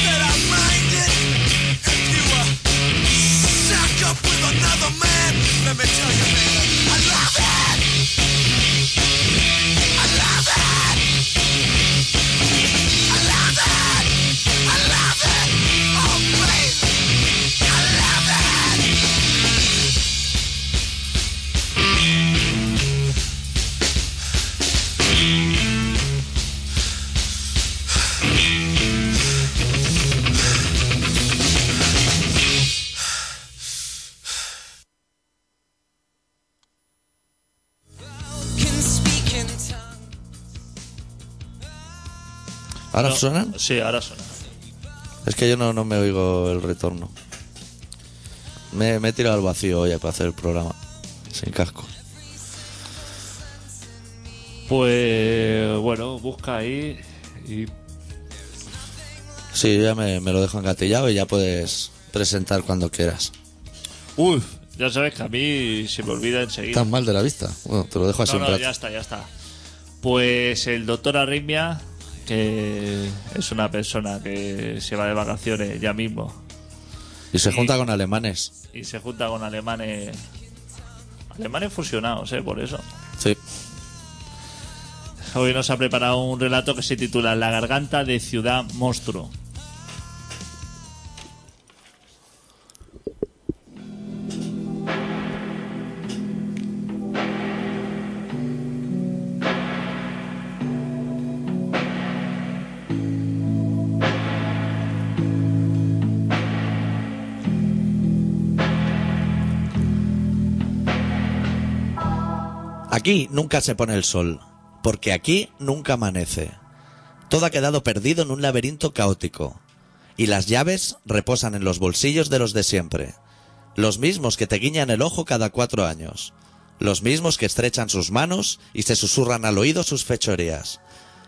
Speaker 5: that I mind it, if you uh, sack up with another man, let me tell you, man, I love it. I love it. I love it. I love it. Oh, baby, I love it.
Speaker 1: ¿Ahora
Speaker 2: No,
Speaker 1: suenan?
Speaker 2: Sí, ahora suena.
Speaker 1: Es que yo no, no me oigo el retorno. Me, me he tirado al vacío hoy para hacer el programa. Sin casco.
Speaker 2: Pues bueno, busca ahí y
Speaker 1: Sí, yo ya me, me lo dejo engatillado y ya puedes presentar cuando quieras.
Speaker 2: Uf, ya sabes que a mí se me olvida enseguida.
Speaker 1: ¿Estás mal de la vista? Bueno, te lo dejo así
Speaker 2: No,
Speaker 1: un
Speaker 2: no,
Speaker 1: rato.
Speaker 2: ya está, ya está. Pues el doctor Arritmia, que es una persona que se va de vacaciones ya mismo
Speaker 1: Y se junta con alemanes.
Speaker 2: y se junta con alemanes. Alemanes fusionados, ¿eh? Por eso.
Speaker 1: Sí.
Speaker 2: Hoy nos ha preparado un relato que se titula La garganta de Ciudad Monstruo.
Speaker 1: Aquí nunca se pone el sol, porque aquí nunca amanece. Todo ha quedado perdido en un laberinto caótico, y las llaves reposan en los bolsillos de los de siempre, los mismos que te guiñan el ojo cada cuatro años, los mismos que estrechan sus manos y se susurran al oído sus fechorías,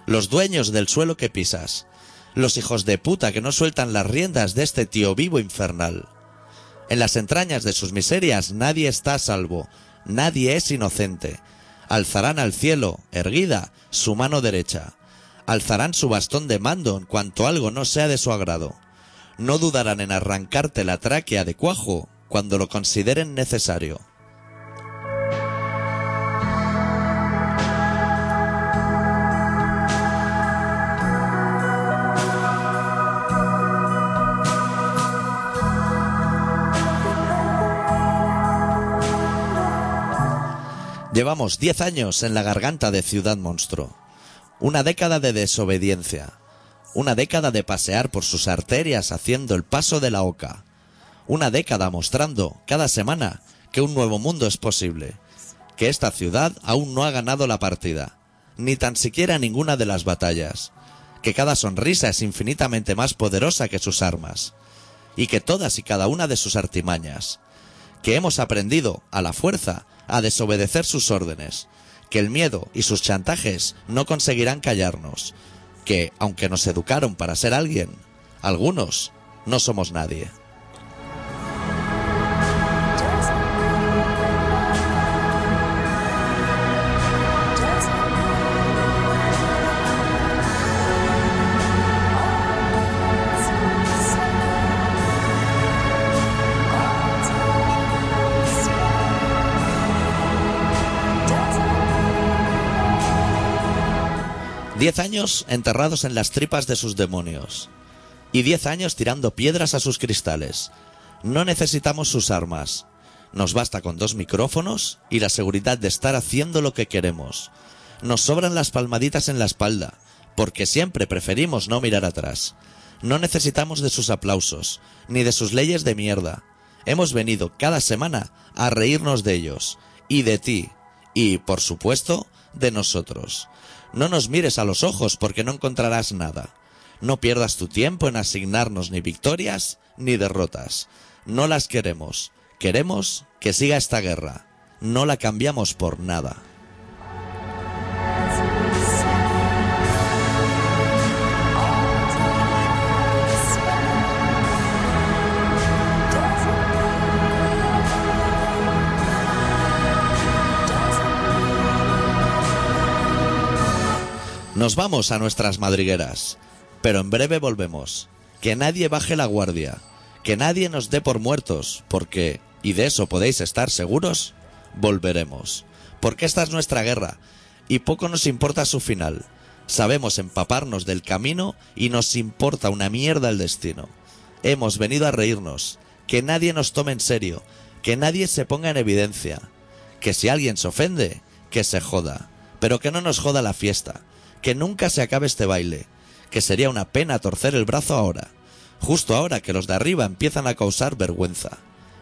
Speaker 1: los dueños del suelo que pisas, los hijos de puta que no sueltan las riendas de este tío vivo infernal. En las entrañas de sus miserias nadie está a salvo, nadie es inocente. Alzarán al cielo, erguida, su mano derecha. Alzarán su bastón de mando en cuanto algo no sea de su agrado. No dudarán en arrancarte la tráquea de cuajo cuando lo consideren necesario. Llevamos 10 años en la garganta de Ciudad Monstruo. Una década de desobediencia. Una década de pasear por sus arterias haciendo el paso de la oca. Una década mostrando, cada semana, que un nuevo mundo es posible. Que esta ciudad aún no ha ganado la partida. Ni tan siquiera ninguna de las batallas. Que cada sonrisa es infinitamente más poderosa que sus armas. Y que todas y cada una de sus artimañas que hemos aprendido, a la fuerza, a desobedecer sus órdenes, que el miedo y sus chantajes no conseguirán callarnos, que, aunque nos educaron para ser alguien, algunos no somos nadie. Diez años enterrados en las tripas de sus demonios. Y diez años tirando piedras a sus cristales. No necesitamos sus armas. Nos basta con dos micrófonos y la seguridad de estar haciendo lo que queremos. Nos sobran las palmaditas en la espalda, porque siempre preferimos no mirar atrás. No necesitamos de sus aplausos, ni de sus leyes de mierda. Hemos venido cada semana a reírnos de ellos, y de ti, y, por supuesto, de nosotros. No nos mires a los ojos porque no encontrarás nada. No pierdas tu tiempo en asignarnos ni victorias ni derrotas. No las queremos. Queremos que siga esta guerra. No la cambiamos por nada. Nos vamos a nuestras madrigueras, pero en breve volvemos. Que nadie baje la guardia, que nadie nos dé por muertos, porque, y de eso podéis estar seguros, volveremos. Porque esta es nuestra guerra, y poco nos importa su final. Sabemos empaparnos del camino y nos importa una mierda el destino. Hemos venido a reírnos, que nadie nos tome en serio, que nadie se ponga en evidencia, que si alguien se ofende, que se joda, pero que no nos joda la fiesta, que nunca se acabe este baile, que sería una pena torcer el brazo ahora, justo ahora que los de arriba empiezan a causar vergüenza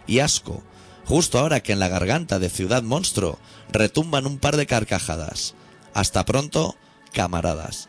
Speaker 1: y asco, justo ahora que en la garganta de Ciudad Monstruo retumban un par de carcajadas. Hasta pronto, camaradas.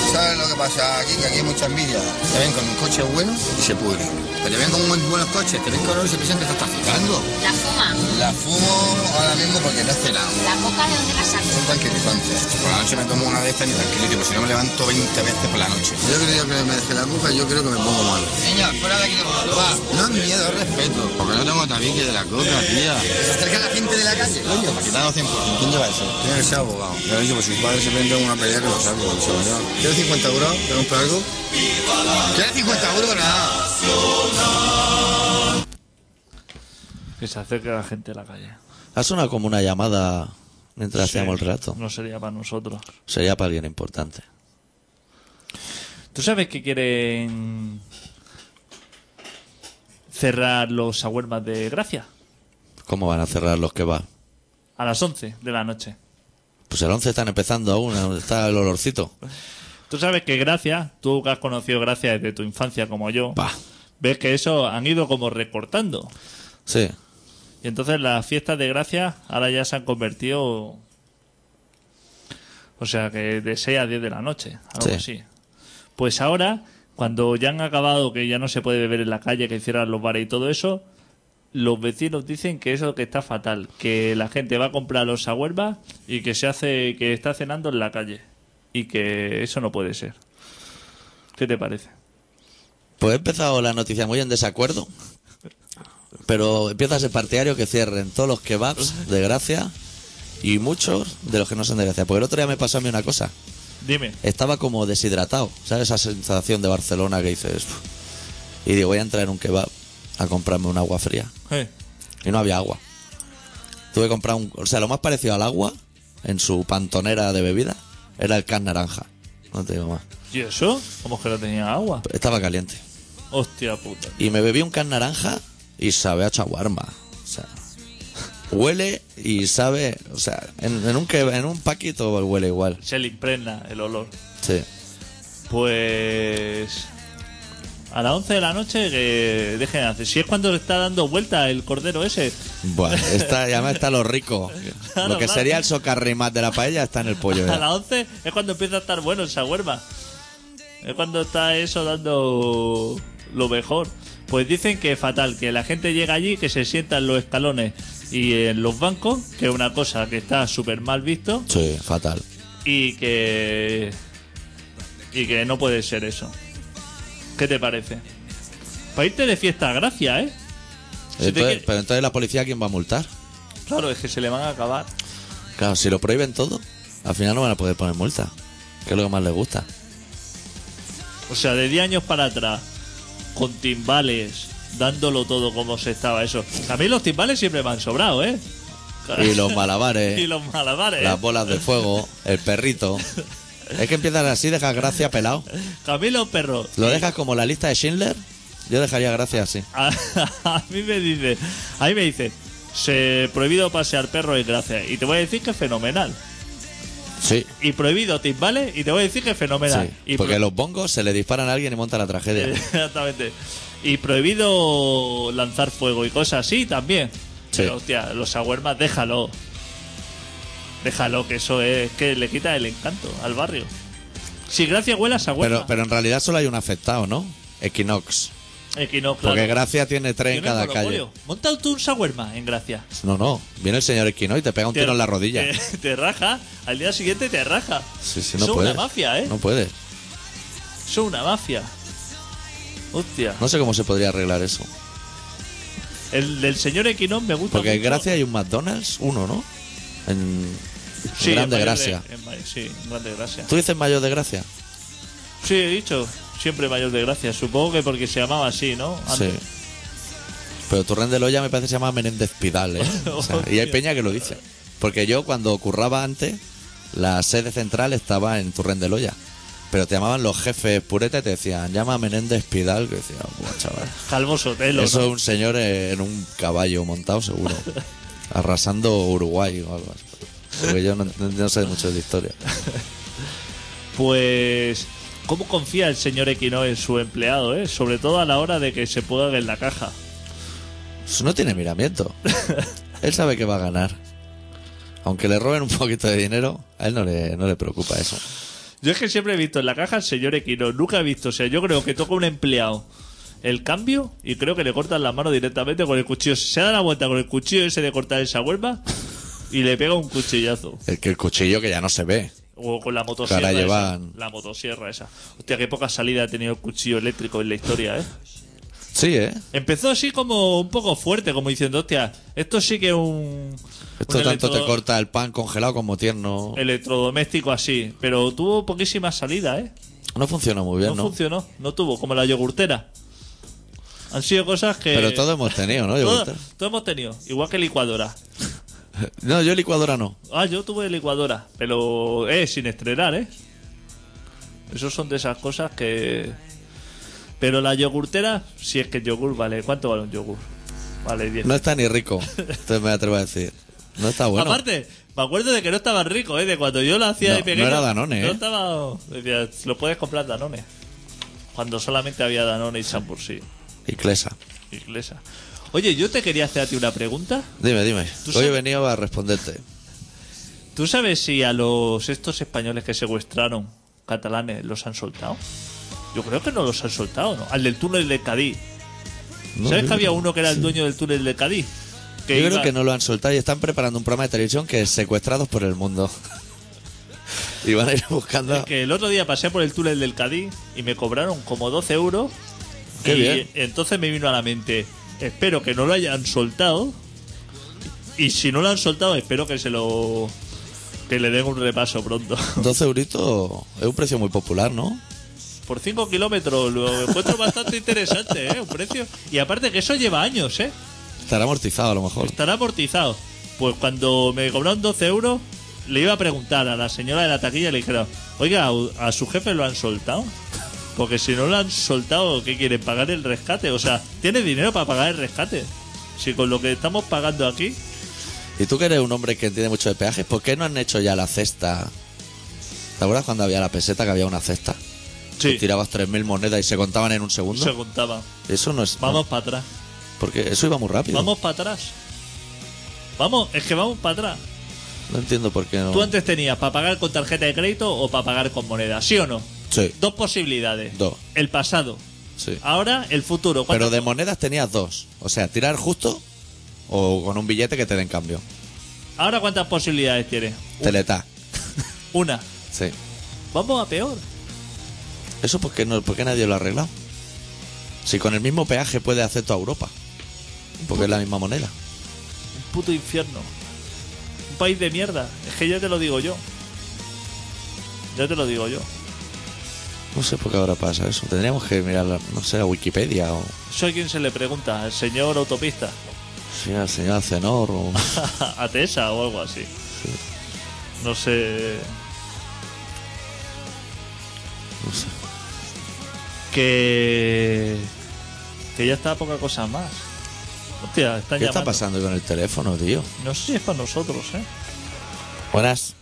Speaker 6: ¿Sabes lo que pasa aquí? Que aquí hay mucha envidia. Te ven con un coche bueno y se pudre. Te ven con muy buenos coches, te ven con uno y se piensan que estás traficando.
Speaker 7: La fuma.
Speaker 6: La fumo ahora mismo porque no he cenado.
Speaker 7: La coca de donde la saco.
Speaker 6: Un tranquilizante. Por la noche me tomo una de estas y tranquilítico, si no me levanto 20 veces por la noche. Yo creo que me dejé la coca y yo creo que me pongo mal. Señor, fuera de aquí de Va, no es miedo, es respeto. Porque no tengo tabique de la coca, tía. Se acerca la gente de la calle, coño. Para quitarnos tiempo. ¿Quién lleva eso? Tiene que ser abogado. Yo he dicho, pues su padre se prende una pelea que lo saco, con seguridad. ¿Quieres 50 euros? ¿Te compro algo? ¿Quieres 50 euros? Nada.
Speaker 2: Que se acerque la gente a la calle.
Speaker 1: Ha sonado como una llamada mientras hacíamos el relato.
Speaker 2: No sería para nosotros.
Speaker 1: Sería para alguien importante.
Speaker 2: ¿Tú sabes que quieren cerrar los shawarmas de Gracia?
Speaker 1: ¿Cómo van a cerrar los que va?
Speaker 2: A las 11 de la noche.
Speaker 1: Pues el 11 están empezando aún, aún está el olorcito.
Speaker 2: Tú sabes que gracias, tú que has conocido gracias desde tu infancia como yo,
Speaker 1: Bah.
Speaker 2: ves que eso han ido como recortando.
Speaker 1: Sí.
Speaker 2: Y entonces las fiestas de gracias ahora ya se han convertido. O sea, que de 6 a 10 de la noche, algo
Speaker 1: Sí.
Speaker 2: así. Pues ahora, cuando ya han acabado, que ya no se puede beber en la calle, que cierran los bares y todo eso, los vecinos dicen que eso que está fatal, que la gente va a comprar los huerva y que se hace, que está cenando en la calle. Y que eso no puede ser. ¿Qué te parece?
Speaker 1: Pues he empezado la noticia muy en desacuerdo. Pero empieza a ser partidario que cierren todos los kebabs de gracia y muchos de los que no son de gracia. Porque el otro día me pasó a mí una cosa.
Speaker 2: Dime.
Speaker 1: Estaba como deshidratado. ¿Sabes esa sensación de Barcelona que dices? "Uf". Y digo, voy a entrar en un kebab a comprarme un agua fría.
Speaker 2: Eh,
Speaker 1: Y no había agua. Tuve que comprar un. O sea, lo más parecido al agua en su pantonera de bebida era el can naranja. No te digo más.
Speaker 2: ¿Y eso? ¿Cómo es que no tenía agua?
Speaker 1: Estaba caliente.
Speaker 2: Hostia puta.
Speaker 1: Y me bebí un can naranja y sabe a chaguarma. O sea, huele y sabe. O sea, en, en un, que- en un paquito huele igual.
Speaker 2: Se le impregna el olor.
Speaker 1: Sí.
Speaker 2: Pues. A las 11 de la noche que dejen de hacer. Si es cuando está dando vuelta el cordero ese.
Speaker 1: Bueno, está, y además está lo rico.
Speaker 2: Claro,
Speaker 1: lo que
Speaker 2: claro.
Speaker 1: sería el socarrimat de la paella está en el pollo.
Speaker 2: A
Speaker 1: ya.
Speaker 2: las 11 es cuando empieza a estar bueno esa huerva. Es cuando está eso dando lo mejor. Pues dicen que es fatal, que la gente llega allí, que se sienta en los escalones y en los bancos, que es una cosa que está súper mal visto,
Speaker 1: Sí, fatal.
Speaker 2: y que. y que no puede ser eso. ¿Qué te parece? Para irte de fiesta, gracias, ¿eh? Si te
Speaker 1: Entonces-
Speaker 2: quiere-
Speaker 1: pero entonces la policía, ¿quién va a multar?
Speaker 2: Claro, es que se le van a acabar.
Speaker 1: Claro, si lo prohíben todo, al final no van a poder poner multa. Que es lo que más les gusta.
Speaker 2: O sea, de 10 años para atrás, con timbales, dándolo todo como se estaba eso. A mí los timbales siempre me han sobrado, ¿eh?
Speaker 1: Y los malabares,
Speaker 2: Y los malabares. ¿eh?
Speaker 1: las bolas de fuego, el perrito. Es que empiezan así, dejas gracia pelado.
Speaker 2: A mí los perros.
Speaker 1: Lo dejas como la lista de Schindler. Yo dejaría gracia así.
Speaker 2: A, a mí me dice, a mí me dice, se prohibido pasear perros y gracias. Y te voy a decir que es fenomenal.
Speaker 1: Sí.
Speaker 2: Y prohibido timbales y te voy a decir que es fenomenal. y
Speaker 1: porque
Speaker 2: pro- Eh,
Speaker 1: los bongos se le disparan a alguien y monta la tragedia.
Speaker 2: Exactamente. Y prohibido lanzar fuego y cosas así también.
Speaker 1: Sí.
Speaker 2: Pero, hostia, los aguermas, déjalo. Déjalo, que eso es que le quita el encanto al barrio. Si gracias huela, se
Speaker 1: Pero, pero en realidad solo hay un afectado, ¿no? Equinox. Porque Gracia tiene tres en cada calle.
Speaker 2: Monta tú un shawarma en Gracia.
Speaker 1: No, no. Viene el señor Equinox y te pega un tiro en la rodilla.
Speaker 2: Te, te raja, al día siguiente te raja.
Speaker 1: Sí, sí, no
Speaker 2: Son
Speaker 1: puedes.
Speaker 2: eh, una mafia, ¿eh?
Speaker 1: No puedes.
Speaker 2: Son una mafia. Hostia.
Speaker 1: No sé cómo se podría arreglar eso.
Speaker 2: El del señor Equinón me gusta
Speaker 1: Porque en
Speaker 2: mucho.
Speaker 1: Gracia hay un McDonald's, uno, ¿no? En
Speaker 2: Sí,
Speaker 1: Grande
Speaker 2: en Mayor de-
Speaker 1: Gracia.
Speaker 2: en Mayor- sí, en Grande Gracia.
Speaker 1: ¿Tú dices Mayor de Gracia?
Speaker 2: Sí, he dicho, siempre mayor de gracia. Supongo que porque se llamaba así, Ah, ¿no?
Speaker 1: Sí.
Speaker 2: Antes.
Speaker 1: Pero Turren de Loya me parece que se llama Menéndez Pidal, ¿eh? O sea, y hay peña que lo dice. Porque yo cuando curraba antes, la sede central estaba en Turren de Loya. Pero te llamaban los jefes pureta y te decían, llama a Menéndez Pidal, que decía, "Buah, chaval.
Speaker 2: Calvo Sotelo.
Speaker 1: Eso
Speaker 2: ¿no?
Speaker 1: es un señor eh, en un caballo montado, seguro. arrasando Uruguay o algo así. Porque yo no, no sé mucho de historia.
Speaker 2: Pues. ¿Cómo confía el señor Equino en su empleado, eh? Sobre todo a la hora de que se pueda en la caja.
Speaker 1: Pues No tiene miramiento. él sabe que va a ganar. Aunque le roben un poquito de dinero, a él no le, no le preocupa eso.
Speaker 2: Yo es que siempre he visto en la caja al señor Equino, nunca he visto. O sea, yo creo que toca un empleado el cambio y creo que le cortan la mano directamente con el cuchillo. Se da la vuelta con el cuchillo ese de cortar esa huelva y le pega un cuchillazo.
Speaker 1: El que el cuchillo que ya no se ve.
Speaker 2: O con la motosierra.
Speaker 1: Ahora
Speaker 2: esa.
Speaker 1: llevan-
Speaker 2: La motosierra esa. Hostia, qué poca salida ha tenido el cuchillo eléctrico en la historia, ¿eh?
Speaker 1: Sí, ¿eh?
Speaker 2: Empezó así como un poco fuerte, como diciendo, hostia, esto sí que es un...
Speaker 1: Esto
Speaker 2: un
Speaker 1: tanto te
Speaker 2: electro-
Speaker 1: corta el pan congelado como tierno.
Speaker 2: Electrodoméstico así, pero tuvo poquísima salida, ¿eh?
Speaker 1: No funciona muy bien,
Speaker 2: No,
Speaker 1: ¿no?
Speaker 2: funcionó, no tuvo, como la yogurtera. Han sido cosas que...
Speaker 1: Pero todo hemos tenido, ¿no? Yo
Speaker 2: todo, todo hemos tenido, igual que licuadora.
Speaker 1: No, yo licuadora no.
Speaker 2: Ah, yo tuve licuadora, pero eh, sin estrenar, ¿eh? Esos son de esas cosas que... Pero la yogurtera, si es que el yogur vale... ¿Cuánto vale un yogur? Vale 10.
Speaker 1: No está ni rico. Entonces me atrevo a decir. No está bueno.
Speaker 2: Aparte, me acuerdo de que no estaba rico, ¿eh? De cuando yo lo hacía
Speaker 1: No,
Speaker 2: de pequeño.
Speaker 1: no era Danone,
Speaker 2: no
Speaker 1: ¿eh?
Speaker 2: estaba... Decía, lo puedes comprar Danone. Cuando solamente había Danone y Chambursí.
Speaker 1: Inglesa.
Speaker 2: Inglesa. Oye, yo te quería hacer a ti una pregunta.
Speaker 1: Dime, dime. Hoy
Speaker 2: ¿Tú
Speaker 1: he
Speaker 2: sabes-
Speaker 1: venido a responderte.
Speaker 2: ¿Tú sabes si a los estos españoles que secuestraron catalanes los han soltado? Yo creo que no los han soltado, ¿no? Al del túnel de Cádiz.
Speaker 1: No,
Speaker 2: ¿Sabes
Speaker 1: yo
Speaker 2: que había
Speaker 1: creo-
Speaker 2: uno que era el dueño del túnel de Cádiz?
Speaker 1: Yo creo
Speaker 2: iba-
Speaker 1: que no lo han soltado y están preparando un programa de televisión que es Secuestrados por el Mundo. y van a ir buscando.
Speaker 2: Que el otro día pasé por el túnel del Cádiz y me cobraron como 12 euros.
Speaker 1: Qué
Speaker 2: y
Speaker 1: bien.
Speaker 2: entonces me vino a la mente, espero que no lo hayan soltado. Y si no lo han soltado, espero que se lo... Que le den un repaso pronto.
Speaker 1: 12 euritos es un precio muy popular, ¿no?
Speaker 2: Por 5 kilómetros lo encuentro bastante interesante, ¿eh? Un precio. Y aparte que eso lleva años, ¿eh?
Speaker 1: Estará amortizado a lo mejor.
Speaker 2: Estará amortizado. Pues cuando me cobraron 12 euros, le iba a preguntar a la señora de la taquilla y le dijeron, oiga, ¿a a su jefe lo han soltado? Porque si no lo han soltado, ¿qué quieren? ¿Pagar el rescate? O sea, ¿tiene dinero para pagar el rescate? Si con lo que estamos pagando aquí,
Speaker 1: Y tú que eres un hombre que entiende mucho de peajes, ¿por qué no han hecho ya la cesta? ¿Te acuerdas cuando había la peseta que había una cesta?
Speaker 2: Sí.
Speaker 1: Que Tirabas 3.000 monedas y se contaban en un segundo.
Speaker 2: se contaba.
Speaker 1: Eso no es.
Speaker 2: Vamos para atrás.
Speaker 1: Porque eso iba muy rápido.
Speaker 2: Vamos para atrás. Vamos, es que vamos para atrás.
Speaker 1: No entiendo por qué no.
Speaker 2: Tú antes tenías para pagar con tarjeta de crédito o para pagar con moneda, ¿sí o no?
Speaker 1: Sí.
Speaker 2: Dos posibilidades.
Speaker 1: Dos.
Speaker 2: El pasado.
Speaker 1: Sí.
Speaker 2: Ahora el futuro. ¿Cuántas-
Speaker 1: Pero de monedas tenías dos. O sea, tirar justo o con un billete que te den cambio.
Speaker 2: Ahora cuántas posibilidades tienes.
Speaker 1: Teletá.
Speaker 2: Una.
Speaker 1: Sí.
Speaker 2: Vamos a peor.
Speaker 1: ¿Eso por qué, no, por qué nadie lo ha arreglado? Si con el mismo peaje puede hacer toda Europa. Porque es la misma moneda.
Speaker 2: Un puto infierno. Un país de mierda. Es que ya te lo digo yo. Ya te lo digo yo.
Speaker 1: No sé por qué ahora pasa eso. Tendríamos que mirar, la- no sé, la Wikipedia o
Speaker 2: Eso a quien se le pregunta, al señor autopista,
Speaker 1: si al señor Acenor o...
Speaker 2: a Tesa o algo así. No sé.
Speaker 1: No sé.
Speaker 2: Que. Que ya está poca cosa más. Hostia, están
Speaker 1: ¿Qué está
Speaker 2: llamando.
Speaker 1: pasando con el teléfono, tío?
Speaker 2: No sé si es para nosotros, ¿eh?
Speaker 1: Buenas.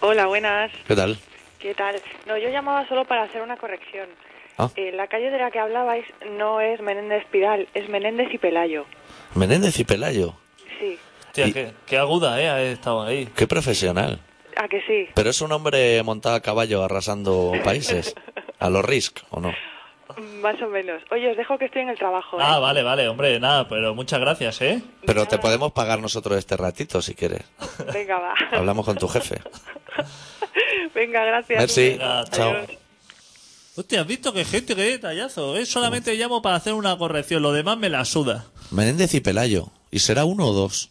Speaker 7: Hola, buenas.
Speaker 1: ¿Qué tal?
Speaker 7: ¿Qué tal? No, yo llamaba solo para hacer una corrección.
Speaker 1: Ah.
Speaker 7: Eh, la calle de la que hablabais no es Menéndez Pidal, es Menéndez y Pelayo.
Speaker 1: Menéndez y Pelayo.
Speaker 7: Sí.
Speaker 2: Hostia,
Speaker 1: Y-
Speaker 2: qué, qué aguda, ¿eh? Ha estado ahí.
Speaker 1: Qué profesional.
Speaker 7: ¿A que sí?
Speaker 1: Pero es un hombre montado a caballo arrasando países. A los Risk, ¿o no?
Speaker 7: Más o menos. Oye, os dejo que estoy en el trabajo. ¿eh?
Speaker 2: Ah, vale, vale, hombre, nada, pero muchas gracias, ¿eh?
Speaker 1: Pero te podemos pagar nosotros este ratito si quieres.
Speaker 7: ¿eh? Venga, va.
Speaker 1: Hablamos con tu jefe.
Speaker 7: Venga, gracias.
Speaker 1: Merci.
Speaker 2: Venga,
Speaker 1: Chao.
Speaker 7: adiós.
Speaker 2: Hostia, ¿has visto qué gente, qué detallazo? ¿eh? Solamente llamo para hacer una corrección, lo demás me la suda.
Speaker 1: Menéndez y Pelayo. ¿Y será uno o dos?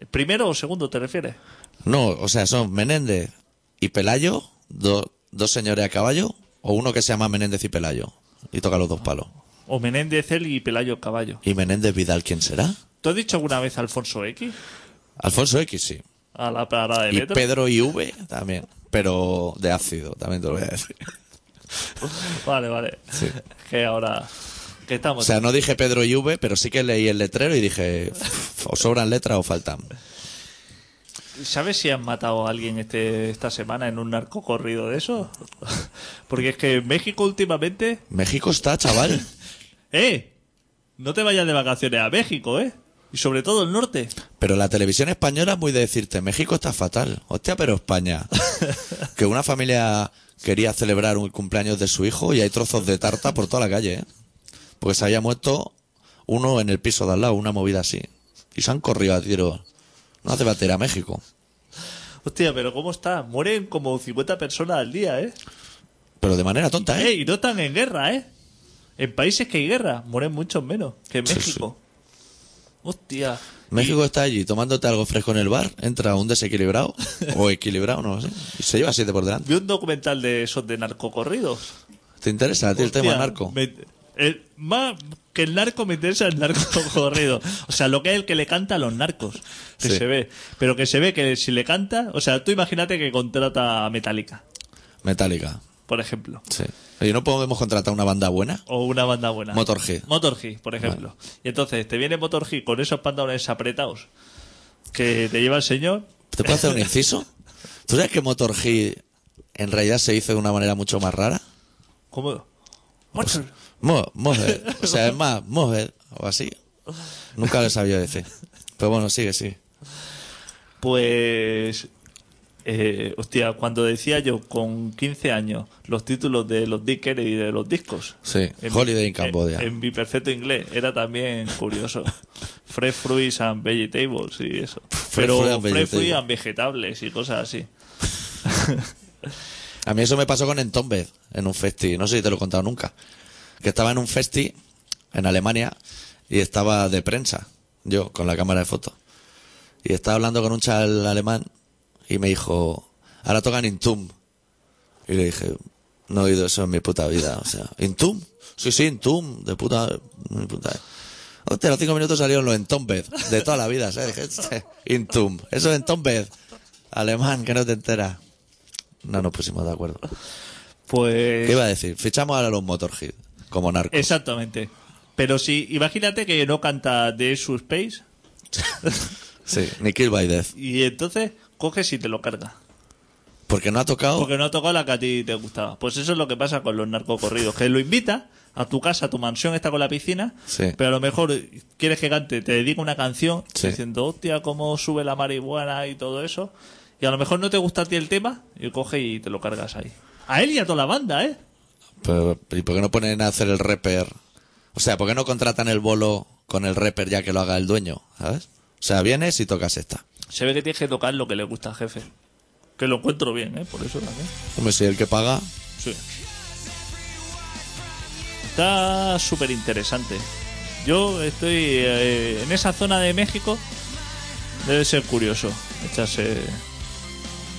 Speaker 2: ¿El ¿Primero o segundo te refieres?
Speaker 1: No, o sea, son Menéndez y Pelayo, do- dos señores a caballo, o uno que se llama Menéndez y Pelayo, y toca los dos palos.
Speaker 2: O Menéndez, él y Pelayo Caballo.
Speaker 1: ¿Y Menéndez Vidal quién será?
Speaker 2: ¿Tú has dicho alguna vez Alfonso X?
Speaker 1: Alfonso X, sí.
Speaker 2: A la parada de
Speaker 1: Y
Speaker 2: metro.
Speaker 1: Pedro y V también, pero de ácido, también te lo voy a decir.
Speaker 2: Vale, vale. Que ahora. Que
Speaker 1: O
Speaker 2: estamos.
Speaker 1: sea, no dije Pedro y V, pero sí que leí el letrero y dije, "Pff, o sobran letras o faltan.
Speaker 2: ¿Sabes si han matado a alguien este, esta semana en un narco corrido de eso? Porque es que México últimamente.
Speaker 1: México está, chaval.
Speaker 2: ¡Eh! No te vayas de vacaciones a México, ¿eh? Y sobre todo el norte.
Speaker 1: Pero la televisión española es muy de decirte, México está fatal. Hostia, pero España. que una familia quería celebrar un cumpleaños de su hijo y hay trozos de tarta por toda la calle, ¿eh? Porque se había muerto uno en el piso de al lado, una movida así. Y se han corrido a tiros. No hace bater a México.
Speaker 2: Hostia, pero ¿cómo está? Mueren como 50 personas al día, ¿eh?
Speaker 1: Pero de manera tonta,
Speaker 2: ¿eh?
Speaker 1: ¿eh?
Speaker 2: Y no están en guerra, ¿eh? En países que hay guerra, mueren muchos menos que en
Speaker 1: Sí,
Speaker 2: México. Hostia.
Speaker 1: México está allí tomándote algo fresco en el bar, entra un desequilibrado, o equilibrado, no lo sé, y se lleva siete por delante.
Speaker 2: Vi un documental de esos de narcocorridos.
Speaker 1: ¿Te interesa a ti el
Speaker 2: Hostia,
Speaker 1: tema narco?
Speaker 2: me- el- más que el narco me interesa el narcocorrido. O sea, lo que es el que le canta a los narcos. Que
Speaker 1: Sí.
Speaker 2: se ve. Pero que se ve que si le canta. O sea, tú imagínate que contrata a Metallica,
Speaker 1: Metálica,
Speaker 2: por ejemplo.
Speaker 1: sí. ¿Y no podemos contratar una banda buena?
Speaker 2: O una banda buena.
Speaker 1: Motorhead.
Speaker 2: Motorhead, por ejemplo. Y entonces te viene Motorhead con esos pantalones apretados. que te lleva el señor.
Speaker 1: ¿Te puedo hacer un inciso? ¿Tú sabes que Motor G en realidad se hizo de una manera mucho más rara?
Speaker 2: ¿Cómo? Pues, Motor.
Speaker 1: Mo- Moher, o sea, es más, Moher, o así. Nunca lo he sabido decir. Pero bueno, sigue, sí.
Speaker 2: Pues. eh, hostia, cuando decía yo con 15 años los títulos de los Dickers y de los discos.
Speaker 1: Sí,
Speaker 2: En-
Speaker 1: Holiday in
Speaker 2: en-
Speaker 1: Cambodia.
Speaker 2: En, mi perfecto inglés, era también curioso. Fresh fruits and vegetables y eso. Pero
Speaker 1: fruit and
Speaker 2: fresh fruits
Speaker 1: vegetable.
Speaker 2: and vegetables y cosas así.
Speaker 1: A mí eso me pasó con Entombed en un festi. No sé si te lo he contado nunca. Que estaba en un festi en Alemania y estaba de prensa. Yo, con la cámara de fotos. Y estaba hablando con un chaval alemán y me dijo, ahora tocan Intum. Y le dije, no he oído eso en mi puta vida. O sea, ¿Intum? Sí, sí, Intum, de puta, de puta. Hostia, a los cinco minutos salieron los Entombed, de toda la vida, ¿sabes? Dije, "Este, Intum, eso es Entombed. Alemán, que no te enteras. No nos pusimos de acuerdo.
Speaker 2: Pues.
Speaker 1: ¿Qué iba a decir? Fichamos ahora los Motorhead como
Speaker 2: Eh,
Speaker 1: narcos.
Speaker 2: Exactamente. Pero si, imagínate que no canta de su Space
Speaker 1: Sí, ni Kill by Death.
Speaker 2: y entonces coges y te lo carga.
Speaker 1: Porque no ha tocado.
Speaker 2: Porque no ha tocado la que a ti te gustaba. Pues eso es lo que pasa con los narcocorridos. Que lo invita a tu casa, a tu mansión, está con la piscina.
Speaker 1: Sí.
Speaker 2: Pero a lo mejor quieres que cante, te dedica una canción
Speaker 1: Sí.
Speaker 2: diciendo, hostia, cómo sube la marihuana y todo eso. Y a lo mejor no te gusta a ti el tema y coge y te lo cargas ahí. A él y a toda la banda, ¿eh?
Speaker 1: Pero, ¿Y por qué no ponen a hacer el rapper? O sea, ¿por qué no contratan el bolo con el rapper ya que lo haga el dueño? ¿Sabes? O sea, vienes y tocas esta.
Speaker 2: Se ve que tienes que tocar lo que le gusta al jefe. Que lo encuentro bien, ¿eh? Por eso también.
Speaker 1: Hombre, si el que paga.
Speaker 2: Sí. Está súper interesante. Yo estoy eh, en esa zona de México. Debe ser curioso echarse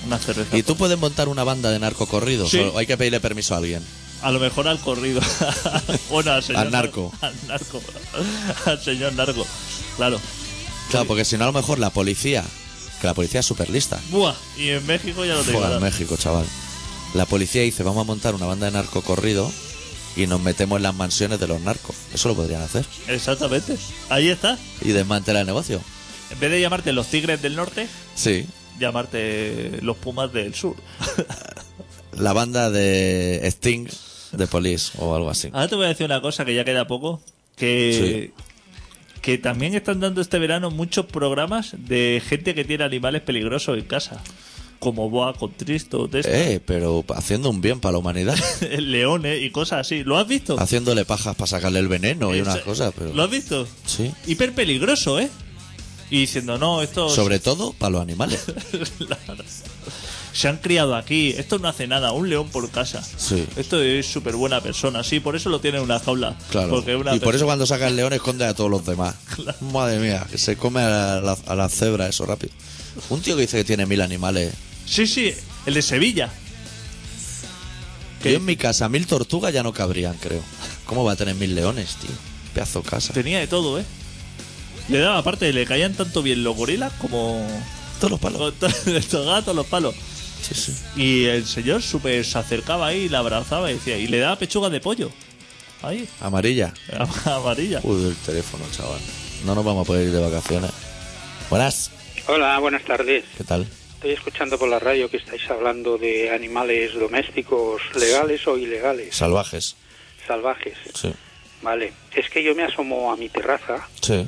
Speaker 2: una cerveza.
Speaker 1: ¿Y tú puedes montar una banda de narcocorridos?
Speaker 2: Sí.
Speaker 1: ¿O hay que pedirle permiso a alguien?
Speaker 2: A lo mejor al corrido. bueno, al señor.
Speaker 1: Al narco.
Speaker 2: Al narco. Al señor narco. Claro.
Speaker 1: Claro, porque si no, a lo mejor la policía. Que la policía es súper lista.
Speaker 2: Buah. Y en México ya lo tengo.
Speaker 1: Fuera, México, chaval. La policía dice: Vamos a montar una banda de narcocorrido y nos metemos en las mansiones de los narcos. Eso lo podrían hacer.
Speaker 2: Exactamente. Ahí está.
Speaker 1: Y desmantelar el negocio.
Speaker 2: En vez de llamarte los tigres del norte,
Speaker 1: Sí.
Speaker 2: llamarte los pumas del sur.
Speaker 1: La banda de Sting de Police o algo así.
Speaker 2: Ahora te voy a decir una cosa que ya queda poco. Que, que también están dando este verano muchos programas de gente que tiene animales peligrosos en casa. Como boa con tristo, este,
Speaker 1: Eh, pero haciendo un bien para la humanidad.
Speaker 2: leones y cosas así. ¿Lo has visto?
Speaker 1: Haciéndole pajas para sacarle el veneno y
Speaker 2: Esa-
Speaker 1: unas cosas, pero.
Speaker 2: ¿Lo has visto?
Speaker 1: Sí.
Speaker 2: Hiper peligroso, ¿eh? Y diciendo, no, esto
Speaker 1: Sobre todo para los animales.
Speaker 2: se han criado aquí, esto no hace nada, un león por casa.
Speaker 1: Sí.
Speaker 2: Esto es súper buena persona, sí, por eso lo tiene en una jaula.
Speaker 1: Claro.
Speaker 2: Porque es una
Speaker 1: y por
Speaker 2: persona-
Speaker 1: eso cuando saca el león esconde a todos los demás. Madre mía, que se come a la, a la cebra eso rápido. Un tío que dice que tiene mil animales.
Speaker 2: Sí, sí, el de Sevilla.
Speaker 1: Que yo en mi casa mil tortugas ya no cabrían, creo. ¿Cómo va a tener mil leones, tío? Pedazo de casa.
Speaker 2: Tenía de todo, ¿eh? Le daba aparte, le caían tanto bien los gorilas como
Speaker 1: Todos los palos.
Speaker 2: con to- estos gatos, los palos.
Speaker 1: Sí, sí.
Speaker 2: Y el señor súper se acercaba ahí, la abrazaba y decía, y le daba pechuga de pollo. Ahí,
Speaker 1: Amarilla.
Speaker 2: amarilla.
Speaker 1: Uy, el teléfono, chaval. No nos vamos a poder ir de vacaciones. Buenas.
Speaker 8: Hola, buenas tardes.
Speaker 1: ¿Qué tal?
Speaker 8: Estoy escuchando por la radio que estáis hablando de animales domésticos legales o ilegales,
Speaker 1: Salvajes.
Speaker 8: salvajes.
Speaker 1: Sí.
Speaker 8: Vale, es que yo me asomo a mi terraza
Speaker 1: Sí.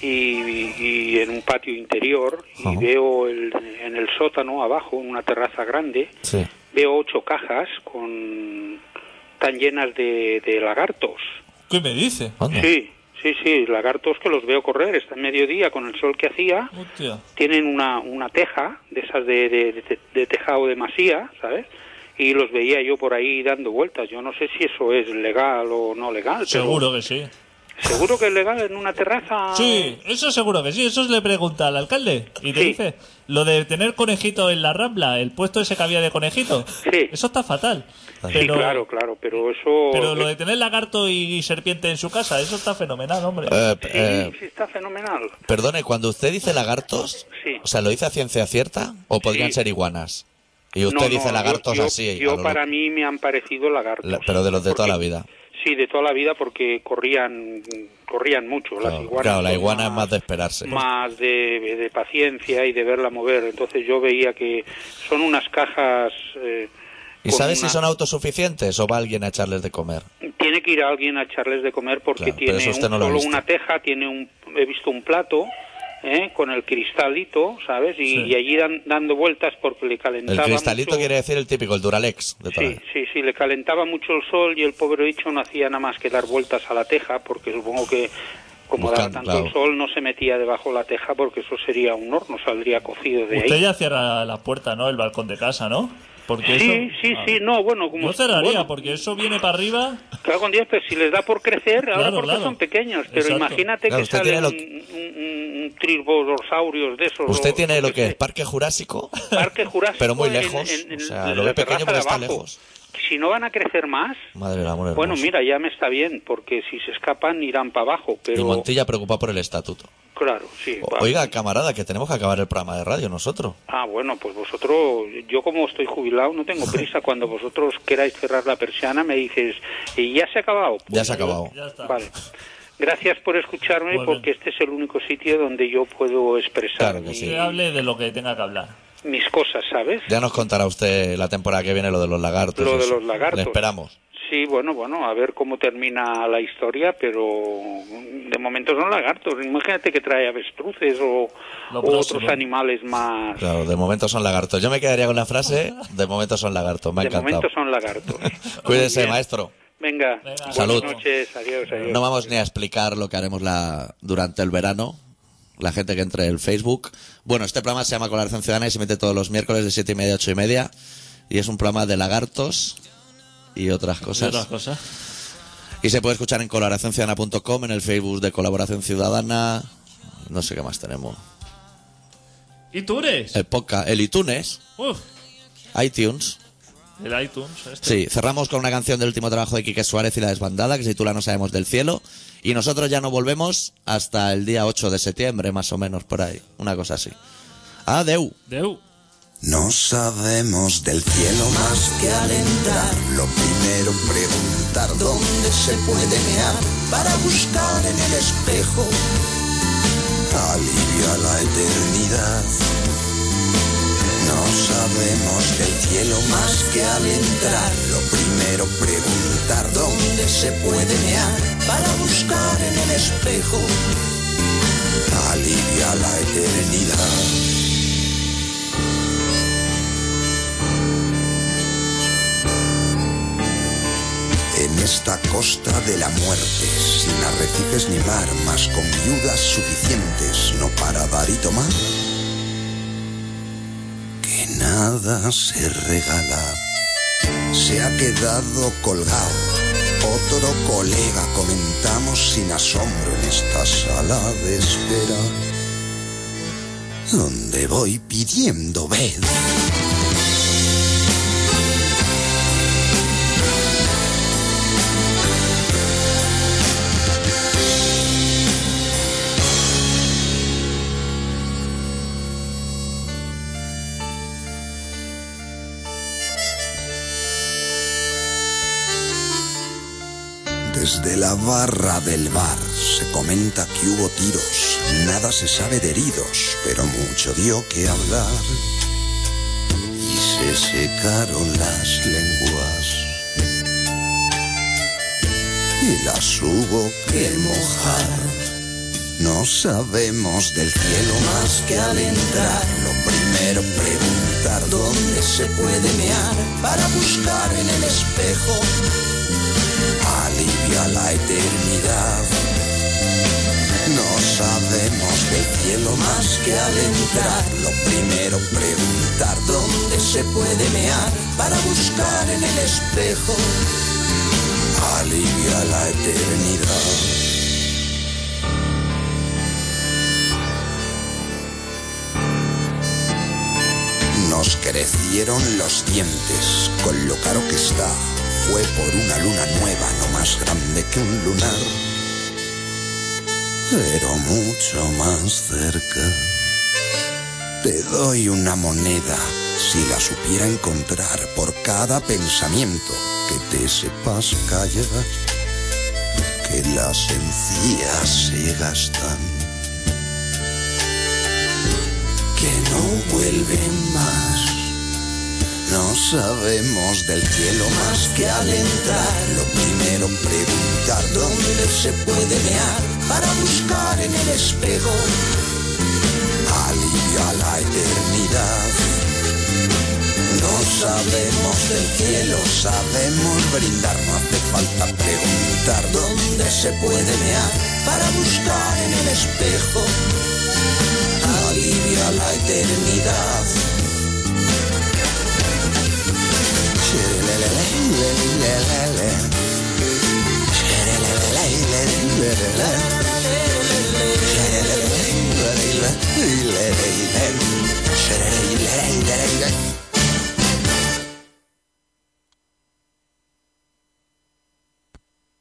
Speaker 8: y, y en un patio interior y
Speaker 1: Ajá.
Speaker 8: veo el- en el sótano abajo, en una terraza grande,
Speaker 1: Sí.
Speaker 8: veo ocho cajas con tan llenas de, de lagartos.
Speaker 2: ¿Qué me dice?
Speaker 1: Anda.
Speaker 8: Sí, sí, sí, lagartos que los veo correr, está en mediodía con el sol que hacía.
Speaker 2: Hostia.
Speaker 8: tienen una, una teja, de esas de, de, de- de tejado de masía, ¿sabes? Y los veía yo por ahí dando vueltas. Yo no sé si eso es legal o no legal. pero-
Speaker 2: Seguro que sí.
Speaker 8: Seguro que es legal en una terraza.
Speaker 2: Sí, eso seguro que sí. Eso le pregunta al alcalde y te
Speaker 8: Sí.
Speaker 2: dice lo de tener conejitos en la rambla, el puesto ese que había de conejitos.
Speaker 8: Sí.
Speaker 2: Eso está fatal.
Speaker 1: Sí,
Speaker 8: Sí, claro, claro, pero eso.
Speaker 2: Pero lo de tener lagarto y serpiente en su casa, eso está fenomenal, hombre.
Speaker 1: Eh,
Speaker 8: Sí,
Speaker 1: eh,
Speaker 8: sí, está fenomenal.
Speaker 1: perdone, cuando usted dice lagartos,
Speaker 8: Sí.
Speaker 1: o sea, ¿lo dice a ciencia cierta o podrían
Speaker 8: Sí.
Speaker 1: ser iguanas? Y usted
Speaker 8: No,
Speaker 1: dice
Speaker 8: no,
Speaker 1: lagartos
Speaker 8: yo- yo-
Speaker 1: así. a
Speaker 8: Yo,
Speaker 1: lo
Speaker 8: para
Speaker 1: loco.
Speaker 8: mí me han parecido lagartos.
Speaker 1: La- pero de los de toda
Speaker 8: Porque-
Speaker 1: la vida.
Speaker 8: sí, de toda la vida porque corrían, corrían mucho las
Speaker 1: Claro,
Speaker 8: iguanas.
Speaker 1: claro, la
Speaker 8: son
Speaker 1: iguana es
Speaker 8: más-
Speaker 1: más de esperarse.
Speaker 8: más de, de paciencia y de verla mover. Entonces yo veía que son unas cajas. eh,
Speaker 1: ¿Y
Speaker 8: con
Speaker 1: sabes si
Speaker 8: una-
Speaker 1: son autosuficientes o va alguien a echarles de comer?
Speaker 8: Tiene que ir alguien a echarles de comer porque
Speaker 1: Claro, pero
Speaker 8: tiene
Speaker 1: eso usted
Speaker 8: un-
Speaker 1: no lo ha
Speaker 8: solo
Speaker 1: visto.
Speaker 8: una teja, tiene un, he visto un plato. ¿eh? con el cristalito, ¿sabes? Y,
Speaker 2: Sí.
Speaker 8: y allí dan- dando vueltas porque le calentaba
Speaker 1: El cristalito
Speaker 8: mucho-
Speaker 1: quiere decir el típico, el Duralex de toda la
Speaker 8: Sí,
Speaker 1: vida.
Speaker 8: sí, sí, le calentaba mucho el sol y el pobre bicho no hacía nada más que dar vueltas a la teja, porque supongo que como daba
Speaker 1: Buscando,
Speaker 8: tanto
Speaker 1: claro.
Speaker 8: el sol, no se metía debajo de la teja porque eso sería un horno, saldría cocido de
Speaker 2: Usted
Speaker 8: ahí.
Speaker 2: ya cierra la puerta, ¿no? El balcón de casa, ¿no? Porque
Speaker 8: Sí,
Speaker 2: eso...
Speaker 8: sí,
Speaker 2: Ah.
Speaker 8: sí, no, bueno, como...
Speaker 2: Yo cerraría,
Speaker 8: bueno,
Speaker 2: porque eso viene para arriba.
Speaker 8: Claro, con 10, pero si les da por crecer, ahora
Speaker 2: Claro,
Speaker 8: porque
Speaker 2: claro.
Speaker 8: son pequeños, pero
Speaker 2: Exacto.
Speaker 8: imagínate
Speaker 1: Claro,
Speaker 8: que
Speaker 1: usted
Speaker 8: salen
Speaker 1: tiene lo
Speaker 8: un, un, un- un tribodosaurios de esos.
Speaker 1: Usted
Speaker 8: o-
Speaker 1: tiene
Speaker 8: yo
Speaker 1: lo
Speaker 8: qué
Speaker 1: que
Speaker 8: sé.
Speaker 1: es Parque Jurásico,
Speaker 8: Parque Jurásico
Speaker 1: pero muy
Speaker 8: en-
Speaker 1: lejos.
Speaker 8: en- en
Speaker 1: o sea,
Speaker 8: la
Speaker 1: lo ve pequeño
Speaker 8: terraza
Speaker 1: pero
Speaker 8: de
Speaker 1: está
Speaker 8: abajo.
Speaker 1: lejos.
Speaker 8: Si no van a crecer más,
Speaker 1: Madre del amor
Speaker 8: Bueno,
Speaker 1: hermoso.
Speaker 8: mira, ya me está bien, porque si se escapan irán para abajo,
Speaker 1: Y
Speaker 8: pero...
Speaker 1: Montilla preocupa por el estatuto.
Speaker 8: Claro, sí.
Speaker 1: O-
Speaker 8: va.
Speaker 1: Oiga, camarada, que tenemos que acabar el programa de radio nosotros.
Speaker 8: Ah, bueno, pues vosotros, yo como estoy jubilado, no tengo prisa. Cuando vosotros queráis cerrar la persiana, me dices, y ya se ha acabado.
Speaker 1: Ya se ha
Speaker 8: yo-
Speaker 1: acabado.
Speaker 2: Ya está.
Speaker 8: Vale. Gracias por escucharme,
Speaker 2: Muy bien.
Speaker 8: porque este es el único sitio donde yo puedo expresar
Speaker 1: Claro que
Speaker 8: mi-
Speaker 1: sí.
Speaker 2: Que hable de lo que tenga que hablar.
Speaker 8: mis cosas, ¿sabes?
Speaker 1: Ya nos contará usted la temporada que viene lo de los lagartos.
Speaker 8: Lo de
Speaker 1: eso.
Speaker 8: los lagartos.
Speaker 1: Le esperamos.
Speaker 8: Sí, bueno, bueno, a ver cómo termina la historia, pero de momento son lagartos. Imagínate que trae avestruces o,
Speaker 2: Lo
Speaker 8: o
Speaker 2: próximo.
Speaker 8: otros animales más.
Speaker 1: Claro, de momento son lagartos. Yo me quedaría con la frase, de momento son lagartos. Me ha
Speaker 8: de
Speaker 1: encantado.
Speaker 8: momento son lagartos. Muy
Speaker 1: Cuídese,
Speaker 8: bien.
Speaker 1: maestro.
Speaker 8: Venga,
Speaker 2: Venga.
Speaker 8: buenas
Speaker 1: Salud.
Speaker 8: noches, adiós, adiós.
Speaker 1: No vamos ni a explicar lo que haremos la, durante el verano. La gente que entre en Facebook. Bueno, este programa se llama Colaboración Ciudadana y se mete todos los miércoles de 7 y media a 8 y media. Y es un programa de lagartos y otras
Speaker 2: De otras
Speaker 1: cosas.
Speaker 2: cosas.
Speaker 1: Y se puede escuchar en colaboracionciudadana.com, en el Facebook de Colaboración Ciudadana. No sé qué más tenemos.
Speaker 2: ¿Y tú eres?
Speaker 1: El podcast, el iTunes,
Speaker 2: Uf,
Speaker 1: iTunes.
Speaker 2: el iTunes. Este.
Speaker 1: Sí, cerramos con una canción del último trabajo de Quique Suárez y la desbandada que se titula No sabemos del cielo. Y nosotros ya no volvemos hasta el día 8 de septiembre, más o menos, por ahí. Una cosa así. Adeu.
Speaker 2: Deu.
Speaker 5: No sabemos del cielo más que al entrar. Lo primero preguntar dónde se puede mear para buscar en el espejo. Alivio a la eternidad. No sabemos del cielo más que al entrar. Lo primero preguntar dónde se puede mear para buscar en el espejo. Alivia la eternidad. En esta costa de la muerte, sin arrecifes ni mar, mas con viudas suficientes, no para dar y tomar. Que nada se regala. Se ha quedado colgado. Otro colega comentamos sin asombro en esta sala de espera, donde voy pidiendo vez. Desde la barra del bar se comenta que hubo tiros, nada se sabe de heridos, pero mucho dio que hablar. Y se secaron las lenguas. Y las hubo que mojar. No sabemos del cielo más que al entrar. Lo primero preguntar dónde se puede mear para buscar en el espejo alivia la eternidad. No sabemos del cielo más que al entrar. Lo primero preguntar dónde se puede mear para buscar en el espejo. Alivia la eternidad. Nos crecieron los dientes con lo caro que está. Fue por una luna nueva, no más grande que un lunar, pero mucho más cerca. Te doy una moneda si la supiera encontrar por cada pensamiento que te sepas callar. que las encías se gastan, que no vuelven más. No sabemos del cielo más que al entrar. Lo primero preguntar dónde se puede mear para buscar en el espejo alivio a la eternidad. No sabemos del cielo, sabemos brindar, no hace falta preguntar dónde se puede mear para buscar en el espejo alivio a la eternidad. Shirelelelelelelele. Shirelelelelelelele. Shirelelelelelelele. Shirelelelelelelele.